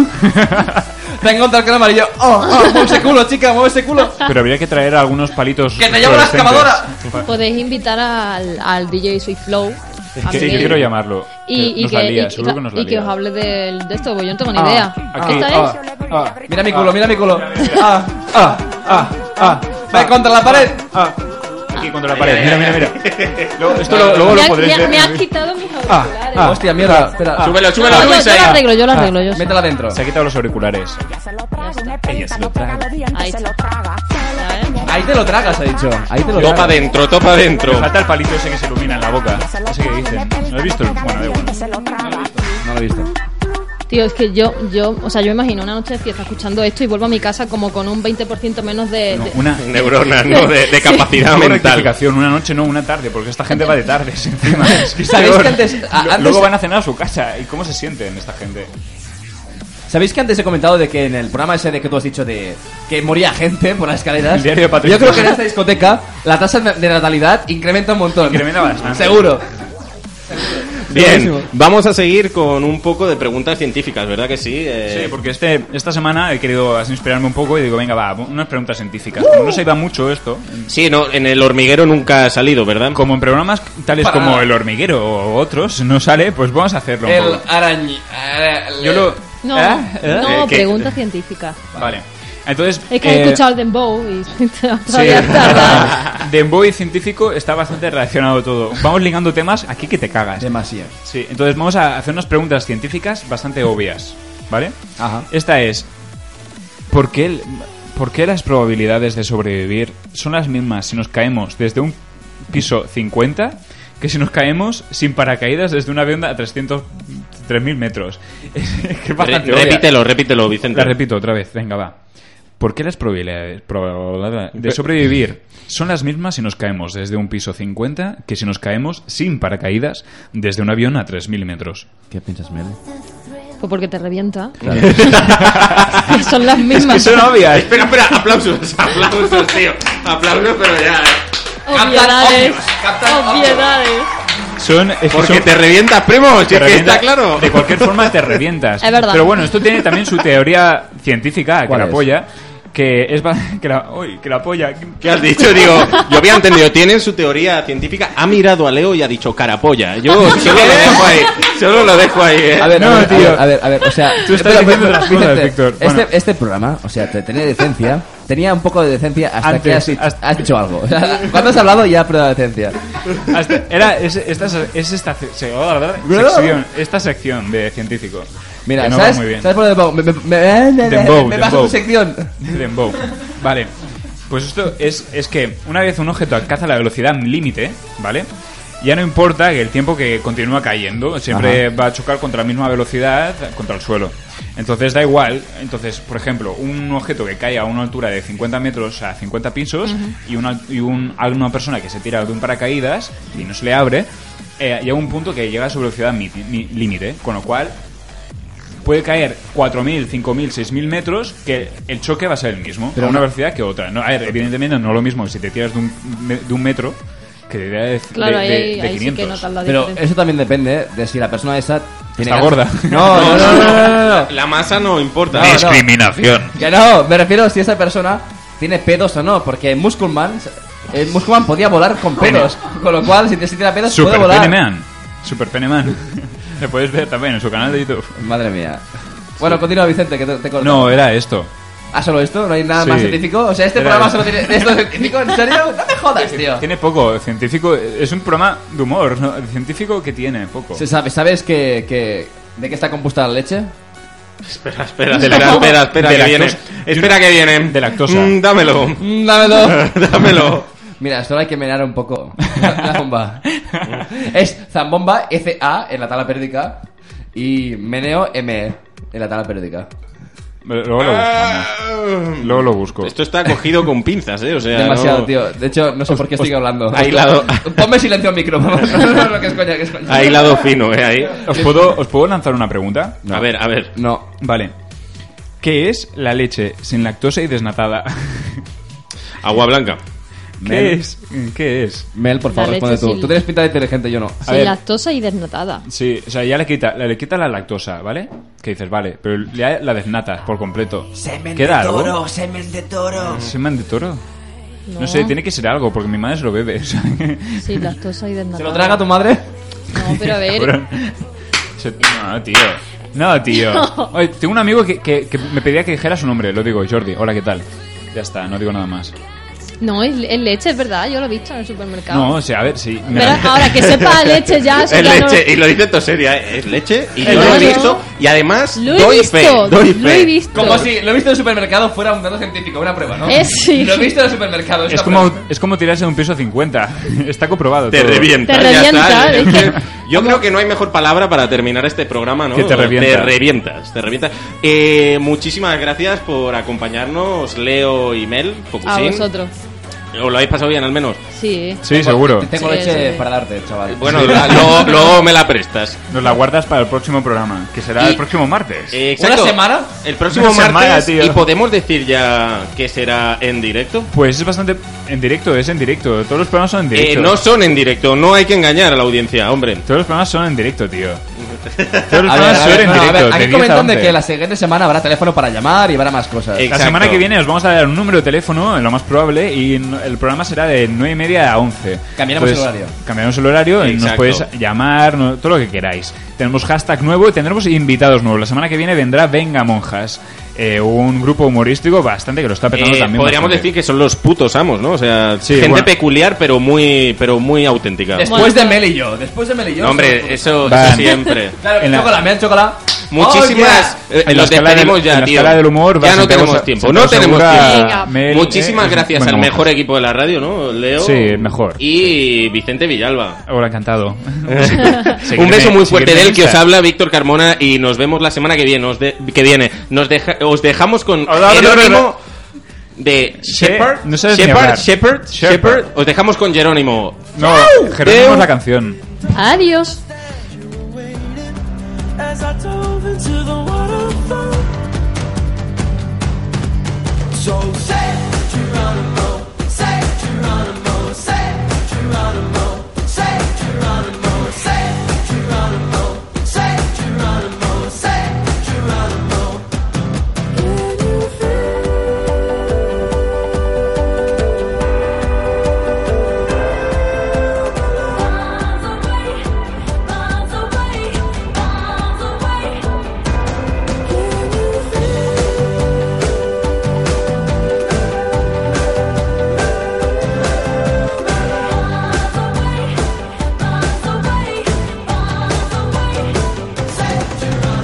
Speaker 5: <laughs> Tengo un talcón amarillo. ¡Oh, oh! mueve ese culo, chica! ¡Mueve ese culo!
Speaker 6: Ah.
Speaker 4: Pero habría que traer algunos palitos.
Speaker 5: ¡Que te llevo la
Speaker 4: fluorescentes.
Speaker 5: excavadora!
Speaker 6: Podéis invitar al, al DJ Sweet Flow.
Speaker 4: Es
Speaker 6: a
Speaker 4: que
Speaker 6: Miguel.
Speaker 4: yo quiero llamarlo.
Speaker 6: Ah, Y, y
Speaker 4: nos
Speaker 6: que,
Speaker 4: la lía,
Speaker 6: y-
Speaker 4: seguro que nos la
Speaker 6: y que
Speaker 4: lía.
Speaker 6: os hable del- de, esto, porque yo no tengo ni
Speaker 4: Ah,
Speaker 6: idea.
Speaker 4: aquí,
Speaker 6: ¿Esto
Speaker 4: ah,
Speaker 6: es?
Speaker 4: ah,
Speaker 5: Mira mi culo, mira mi culo. Ah, ah, ah, ah. Ve contra la pared.
Speaker 4: Ah. Aquí contra la pared. Mira, mira,
Speaker 3: <laughs>
Speaker 4: mira. Luego- esto lo- luego
Speaker 6: me,
Speaker 4: lo
Speaker 6: ha-
Speaker 4: podréis
Speaker 6: me
Speaker 4: ver.
Speaker 6: ha- me has quitado mis
Speaker 4: Ah,
Speaker 6: auriculares.
Speaker 4: ah,
Speaker 5: Hostia, mierda. Espera.
Speaker 4: Ah.
Speaker 3: Súbelo, súbelo,
Speaker 6: No, yo-
Speaker 3: Luisa.
Speaker 6: yo lo arreglo, yo lo
Speaker 4: Ah.
Speaker 6: arreglo. yo sé.
Speaker 5: Métela adentro.
Speaker 4: Se ha quitado los auriculares. Ella se lo traga.
Speaker 6: Ahí está.
Speaker 5: Ahí te lo tragas, ha dicho. Ahí te lo
Speaker 3: Topa
Speaker 5: tragas.
Speaker 3: adentro, topa adentro.
Speaker 4: Me falta el palito ese que se ilumina en la boca. Ese que dicen. ¿No has visto? Bueno, da igual.
Speaker 5: No lo he visto.
Speaker 6: Tío, es que yo, yo, o sea, yo me imagino una noche de fiesta escuchando esto y vuelvo a mi casa como con un 20% menos de... de-
Speaker 4: Una
Speaker 3: Neuronas, ¿no? De, de capacidad
Speaker 4: una
Speaker 3: mental.
Speaker 4: rectificación, una noche, no una tarde, porque esta gente va de tardes <laughs> encima. Es que es
Speaker 5: ¿Sabéis
Speaker 4: peor.
Speaker 5: que antes-
Speaker 4: Lu-
Speaker 5: a- antes-
Speaker 4: Luego van a cenar a su casa. ¿Y cómo se sienten esta gente?
Speaker 5: ¿Sabéis que antes he comentado de que en el programa ese de que tú has dicho de que moría gente por las escaleras?
Speaker 4: El diario de Patricia.
Speaker 5: Yo creo que en esta discoteca la tasa de natalidad incrementa un montón.
Speaker 4: Incrementa bastante.
Speaker 5: Seguro.
Speaker 3: Bien,
Speaker 5: Buenísimo.
Speaker 3: vamos a seguir con un poco de preguntas científicas, ¿verdad que sí? Eh,
Speaker 4: Sí, porque este, esta semana he querido así inspirarme un poco y digo, venga, va, unas preguntas científicas. Como no se iba mucho esto,
Speaker 3: sí, no, en el hormiguero nunca ha salido, ¿verdad?
Speaker 4: como en programas tales
Speaker 5: Para
Speaker 4: como
Speaker 5: nada.
Speaker 4: El Hormiguero o otros no sale, pues vamos a hacerlo. un
Speaker 5: El
Speaker 4: poco.
Speaker 5: arañi.
Speaker 4: Yo lo...
Speaker 6: No,
Speaker 4: ¿Eh? ¿Eh?
Speaker 6: no,
Speaker 3: Eh, ¿qué?
Speaker 6: pregunta científica.
Speaker 4: Vale. Entonces...
Speaker 6: Es que
Speaker 4: eh,
Speaker 6: he escuchado el Dembow y <laughs>
Speaker 4: Sí.
Speaker 6: todavía
Speaker 4: <laughs>
Speaker 6: tarda.
Speaker 4: Dembow y científico está bastante relacionado todo. Vamos ligando temas aquí que te cagas.
Speaker 5: Demasiado.
Speaker 4: Sí, entonces vamos a hacer unas preguntas científicas bastante obvias, ¿vale?
Speaker 5: Ajá.
Speaker 4: Esta es, ¿por qué, el- por qué las probabilidades de sobrevivir son las mismas si nos caemos desde un piso 50 que si nos caemos sin paracaídas desde un avión a 300, 3.000 metros? <laughs> que es
Speaker 3: Re-
Speaker 4: bastante obvia.
Speaker 3: repítelo, repítelo, Vicente.
Speaker 4: La repito otra vez, venga, va. ¿Por qué las probabilidades probabilidades de sobrevivir son las mismas si nos caemos desde un piso 50 que si nos caemos sin paracaídas desde un avión a 3.000 metros?
Speaker 5: ¿Qué piensas, Mel?
Speaker 6: Pues porque te revienta. <laughs> Son las mismas.
Speaker 4: obvias.
Speaker 3: Eh, Espera, espera,
Speaker 4: <laughs>
Speaker 3: aplausos, aplausos, tío. Aplausos, pero ya. eh.
Speaker 6: Obviedades.
Speaker 5: Captan ovnios.
Speaker 6: Obviedades.
Speaker 4: Son, es que
Speaker 3: Porque
Speaker 4: son-
Speaker 3: te revientas, primo, si
Speaker 4: te
Speaker 3: es que
Speaker 4: revienta-
Speaker 3: está claro.
Speaker 4: De cualquier forma te revientas.
Speaker 6: <laughs> Es verdad.
Speaker 4: Pero bueno, esto tiene también su teoría científica que
Speaker 5: ¿Cuál
Speaker 4: la
Speaker 5: es?
Speaker 4: apoya. Que es. ba- Que la, uy, que la apoya.
Speaker 3: <laughs> ¿Qué has dicho? Digo, yo había entendido, tiene su teoría científica, ha mirado a Leo y ha dicho carapolla. Yo
Speaker 4: <laughs>
Speaker 3: solo lo dejo ahí, solo lo dejo ahí, eh.
Speaker 5: A ver,
Speaker 4: No,
Speaker 5: a, ver
Speaker 4: tío.
Speaker 5: a ver, a ver, a ver, o sea...
Speaker 4: <laughs> Tú estás diciendo las cosas,
Speaker 5: Vicente,
Speaker 4: Víctor.
Speaker 5: Este,
Speaker 4: Bueno.
Speaker 5: este programa, o sea, te tenía decencia, tenía un poco de decencia hasta
Speaker 4: Antes,
Speaker 5: que has, dicho-
Speaker 4: hasta-
Speaker 5: has dicho algo. <laughs> O sea, cuando has hablado ya ha perdido la decencia.
Speaker 4: Hasta- era, es, esta, es esta se- sección, esta sección de científico.
Speaker 5: Mira,
Speaker 4: que no va
Speaker 5: ¿sabes?
Speaker 4: muy bien.
Speaker 5: ¿Sabes por dónde pongo? Me, me, me, me,
Speaker 4: Dembow,
Speaker 5: me pasa
Speaker 4: dembow.
Speaker 5: tu sección.
Speaker 4: Dembow. Vale. Pues esto es, es que una vez un objeto alcanza la velocidad límite, ¿vale? Ya no importa que el tiempo que continúa cayendo, siempre va a chocar contra la misma velocidad, contra el suelo. Entonces da igual, entonces, por ejemplo, un objeto que cae a una altura de 50 metros a 50 pisos
Speaker 13: Ujú.
Speaker 4: y, una, y un, a una persona que se tira de un paracaídas y no se le abre, eh, llega un punto que llega a su velocidad mi- mi- límite, con lo cual puede caer 4.000, 5.000, 6.000 metros, que el choque va a ser el mismo,
Speaker 13: Pero
Speaker 4: a una
Speaker 13: no-
Speaker 4: velocidad que otra. No, a ver, evidentemente no lo mismo si te tiras de un, de un metro que de, de,
Speaker 6: Claro,
Speaker 4: de-
Speaker 6: ahí-
Speaker 4: de- de
Speaker 6: ahí sí que
Speaker 4: 500.
Speaker 6: notas la
Speaker 5: Pero
Speaker 6: diferencia.
Speaker 5: eso también depende de si la persona esa tiene
Speaker 4: Está
Speaker 5: ganas-
Speaker 4: gorda.
Speaker 5: No, no, no, no, no, no, no.
Speaker 3: La masa no importa.
Speaker 5: No, no. Que no, me refiero a si esa persona tiene pedos o no, porque Muscleman, el Muscleman podía volar con pedos, con lo cual si te- si tiene pedos
Speaker 4: Super
Speaker 5: puede volar.
Speaker 4: Peneman. Super
Speaker 13: <laughs>
Speaker 4: Peneman. Lo puedes ver también en su canal de YouTube.
Speaker 5: Madre mía. Bueno, continúa Vicente, que te, te corto.
Speaker 4: No, era esto.
Speaker 5: ¿Ah, solo esto? ¿No hay nada más
Speaker 4: Sí.
Speaker 5: científico? O sea, este
Speaker 4: Era
Speaker 5: programa
Speaker 4: esto.
Speaker 5: solo tiene esto científico, ¿en serio? No me jodas, tío.
Speaker 4: Tiene poco científico. Es un programa de humor. ¿no? El científico que tiene poco.
Speaker 5: ¿Se sabe, ¿Sabes que, que- de qué está compuesta la leche?
Speaker 3: Espera, espera,
Speaker 5: De
Speaker 3: espera,
Speaker 5: la-
Speaker 3: espera, espera,
Speaker 5: de
Speaker 3: que viene.
Speaker 5: lactosa.
Speaker 3: Espera que viene. De
Speaker 4: lactosa.
Speaker 3: dámelo.
Speaker 5: <laughs> Mm, dámelo.
Speaker 3: dámelo.
Speaker 5: Mira, solo hay que menear un poco <laughs> la bomba. es Zambomba FA en la tabla periódica y Meneo ME en la tabla periódica.
Speaker 4: Luego lo buscamos. Luego lo busco.
Speaker 3: Ah. Esto está cogido con pinzas, ¿eh? O sea,
Speaker 5: Demasiado,
Speaker 3: no-
Speaker 5: tío. De hecho, no sé por qué estoy hablando.
Speaker 3: Aislado.
Speaker 5: <laughs> Ponme silencio al micro, vamos. <laughs> No, no, no, que es coña, que es coña.
Speaker 3: Aislado fino, ¿eh? Ahí.
Speaker 4: ¿Os puedo, ¿Os puedo lanzar una pregunta?
Speaker 3: A ver, a ver.
Speaker 5: No.
Speaker 4: Vale. ¿Qué es la leche sin lactosa y
Speaker 6: <laughs>
Speaker 4: desnatada?
Speaker 3: Agua blanca.
Speaker 4: ¿Qué es? ¿Qué es?
Speaker 5: Mel, por
Speaker 6: favor, La leche responde tú. sin- Tú tienes
Speaker 5: pinta de inteligente, yo no.
Speaker 6: Sin lactosa y desnatada.
Speaker 4: Sí, o sea, ya le quita, le quita la lactosa, ¿vale? Que dices, vale, pero ya la desnatas por completo.
Speaker 9: Semen
Speaker 4: ¿Queda
Speaker 9: de
Speaker 4: algo?
Speaker 9: toro, semen de toro.
Speaker 4: ¿Semen de toro? No.
Speaker 6: No.
Speaker 4: sé, tiene que ser algo, porque mi madre se lo bebe. <laughs> o sea,
Speaker 6: Sí, lactosa y desnatada.
Speaker 5: ¿Se lo traga tu madre?
Speaker 6: No,
Speaker 4: <laughs>
Speaker 6: pero a ver.
Speaker 4: cabrón. Se- No, tío. No, tío.
Speaker 6: <laughs> No.
Speaker 4: Oye, tengo un amigo que, que- que me pedía que dijera su nombre. Lo digo, Jordi. Hola, ¿qué tal? Ya está, no digo nada más.
Speaker 6: No, es, es leche, es verdad. Yo lo he visto en el supermercado.
Speaker 4: No, o sea, a ver, sí. me-
Speaker 6: Pero ahora que sepa a leche
Speaker 3: <laughs>
Speaker 6: ya. eso
Speaker 3: Es
Speaker 6: ya no-
Speaker 3: leche, y lo dice todo seria, ¿eh? es leche, y yo
Speaker 6: Claro.
Speaker 3: lo he visto, y además
Speaker 6: Lo he
Speaker 3: doy
Speaker 6: visto,
Speaker 3: fe, doy
Speaker 6: lo he
Speaker 3: fe.
Speaker 6: visto.
Speaker 5: Como si lo he visto en el supermercado fuera un dato científico, una prueba, ¿no?
Speaker 6: Eh, sí.
Speaker 5: Lo he visto en el supermercado.
Speaker 4: Es
Speaker 5: una
Speaker 4: como,
Speaker 5: prueba.
Speaker 4: es como tirarse de un piso 50. <laughs> Está comprobado.
Speaker 3: Te
Speaker 4: todo.
Speaker 3: revienta.
Speaker 6: Te
Speaker 3: ya está.
Speaker 6: revienta, es
Speaker 3: que- yo creo que no hay mejor palabra para terminar este programa, ¿no?
Speaker 4: Que te revienta.
Speaker 3: Te revientas, te revientas. Eh, muchísimas gracias por acompañarnos, Leo y Mel.
Speaker 6: A
Speaker 3: Focusin.
Speaker 6: vosotros.
Speaker 3: ¿Os lo habéis pasado bien, al menos?
Speaker 6: Sí.
Speaker 4: Sí, seguro.
Speaker 5: Tengo
Speaker 6: Sí,
Speaker 5: leche
Speaker 6: sí.
Speaker 5: para darte, chaval.
Speaker 3: Bueno, la- luego, luego me la prestas.
Speaker 4: Nos la guardas para el próximo programa, que será el próximo martes.
Speaker 3: Eh, exacto.
Speaker 5: ¿Una semana?
Speaker 3: El próximo
Speaker 4: Una semana,
Speaker 3: martes.
Speaker 4: tío.
Speaker 3: Y podemos decir ya que será en directo.
Speaker 4: Pues es bastante en directo, es en directo. Todos los programas son en
Speaker 3: Eh,
Speaker 4: directo.
Speaker 3: no son en directo, no hay que engañar a la audiencia, hombre.
Speaker 4: Todos los programas son en directo,
Speaker 5: <laughs>
Speaker 4: tío. Todos los
Speaker 5: A ver,
Speaker 4: programas
Speaker 5: a
Speaker 4: son
Speaker 5: ver,
Speaker 4: en
Speaker 5: no, a
Speaker 4: directo.
Speaker 5: ver,
Speaker 4: de
Speaker 5: aquí
Speaker 4: 10 a
Speaker 5: comentan de
Speaker 4: 11.
Speaker 5: que la siguiente semana habrá teléfono para llamar y habrá más cosas.
Speaker 3: Eh,
Speaker 4: La
Speaker 3: Exacto.
Speaker 4: semana que viene os vamos a dar un número de teléfono, lo más probable, y n- el programa será de 9 y media a 11.
Speaker 5: Cambiaremos el
Speaker 4: Entonces,
Speaker 5: horario.
Speaker 4: Cambiaremos el horario y nos
Speaker 3: Exacto.
Speaker 4: podéis llamar, no- todo lo que queráis. Tenemos hashtag nuevo y tendremos invitados nuevos. La semana que viene vendrá Venga Monjas, eh, un grupo humorístico bastante que lo está petando
Speaker 3: Eh,
Speaker 4: también.
Speaker 3: podríamos
Speaker 4: bastante.
Speaker 3: decir que son los putos amos, ¿no? O sea,
Speaker 4: Sí,
Speaker 3: gente
Speaker 4: bueno.
Speaker 3: peculiar, pero muy, pero muy auténtica.
Speaker 5: Después de Mel y yo, después de Mel y yo.
Speaker 3: No, hombre, eso, eso
Speaker 4: Van.
Speaker 3: siempre.
Speaker 5: Claro,
Speaker 4: en la-
Speaker 5: chocolate, Mel, chocolate.
Speaker 3: Muchísimas.
Speaker 5: Oh,
Speaker 3: eh,
Speaker 4: En la
Speaker 3: nos
Speaker 4: escala del-
Speaker 3: despedimos
Speaker 4: en
Speaker 3: ya,
Speaker 4: la
Speaker 3: tío.
Speaker 4: escala del humor, va
Speaker 3: ya no
Speaker 4: Santiago
Speaker 3: tenemos
Speaker 4: Sa-
Speaker 3: tiempo.
Speaker 4: Santiago
Speaker 3: No tenemos
Speaker 4: Segura,
Speaker 3: tiempo.
Speaker 4: <laughs>
Speaker 6: Venga.
Speaker 4: Mel,
Speaker 3: Muchísimas
Speaker 4: eh,
Speaker 3: gracias
Speaker 4: Venga
Speaker 3: al
Speaker 4: Monjas.
Speaker 3: mejor equipo de la radio, ¿no? Leo.
Speaker 4: Sí, el mejor.
Speaker 3: Y Vicente Villalba.
Speaker 4: Hola,
Speaker 3: <laughs>
Speaker 4: encantado.
Speaker 3: Un beso muy fuerte de él que os
Speaker 4: habla
Speaker 3: habla Víctor Carmona y nos vemos la semana que viene. Os de- que viene. Nos deja- os dejamos con
Speaker 4: Hola, hola, hola, hola.
Speaker 3: Jerónimo de Shepard.
Speaker 4: no sabes ni
Speaker 3: Shepard,
Speaker 4: hablar.
Speaker 3: Shepard, Shepard. Os dejamos con Jerónimo.
Speaker 4: No, Jerónimo es la canción.
Speaker 6: Adiós.
Speaker 9: as I dove into the waterfall. So say Geronimo, say Geronimo, say Geronimo, say Geronimo, say Geronimo, say Geronimo, say Geronimo. Can you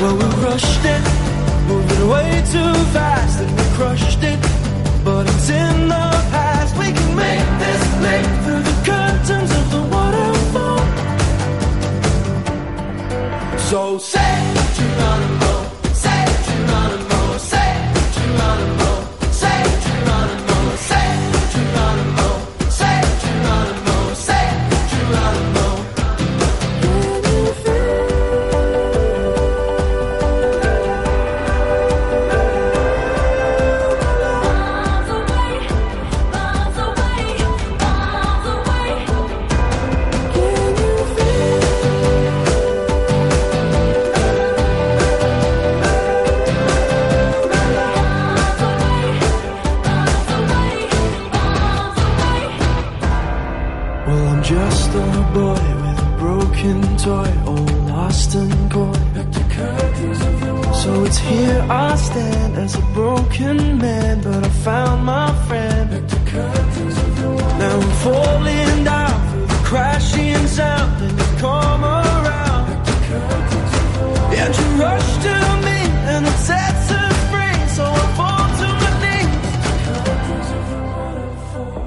Speaker 9: Well, we rushed it, moving way too fast, and we crushed it. But it's in the past. We can make this leap through the curtains of the waterfall. So say Geronimo, say Geronimo. words. Here I stand as a broken man, but I found my friend. Now I'm falling down through the crashing sound, and you come around. And you rush to me, and it sets us free, so I fall to my knees.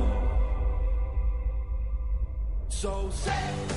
Speaker 9: So say.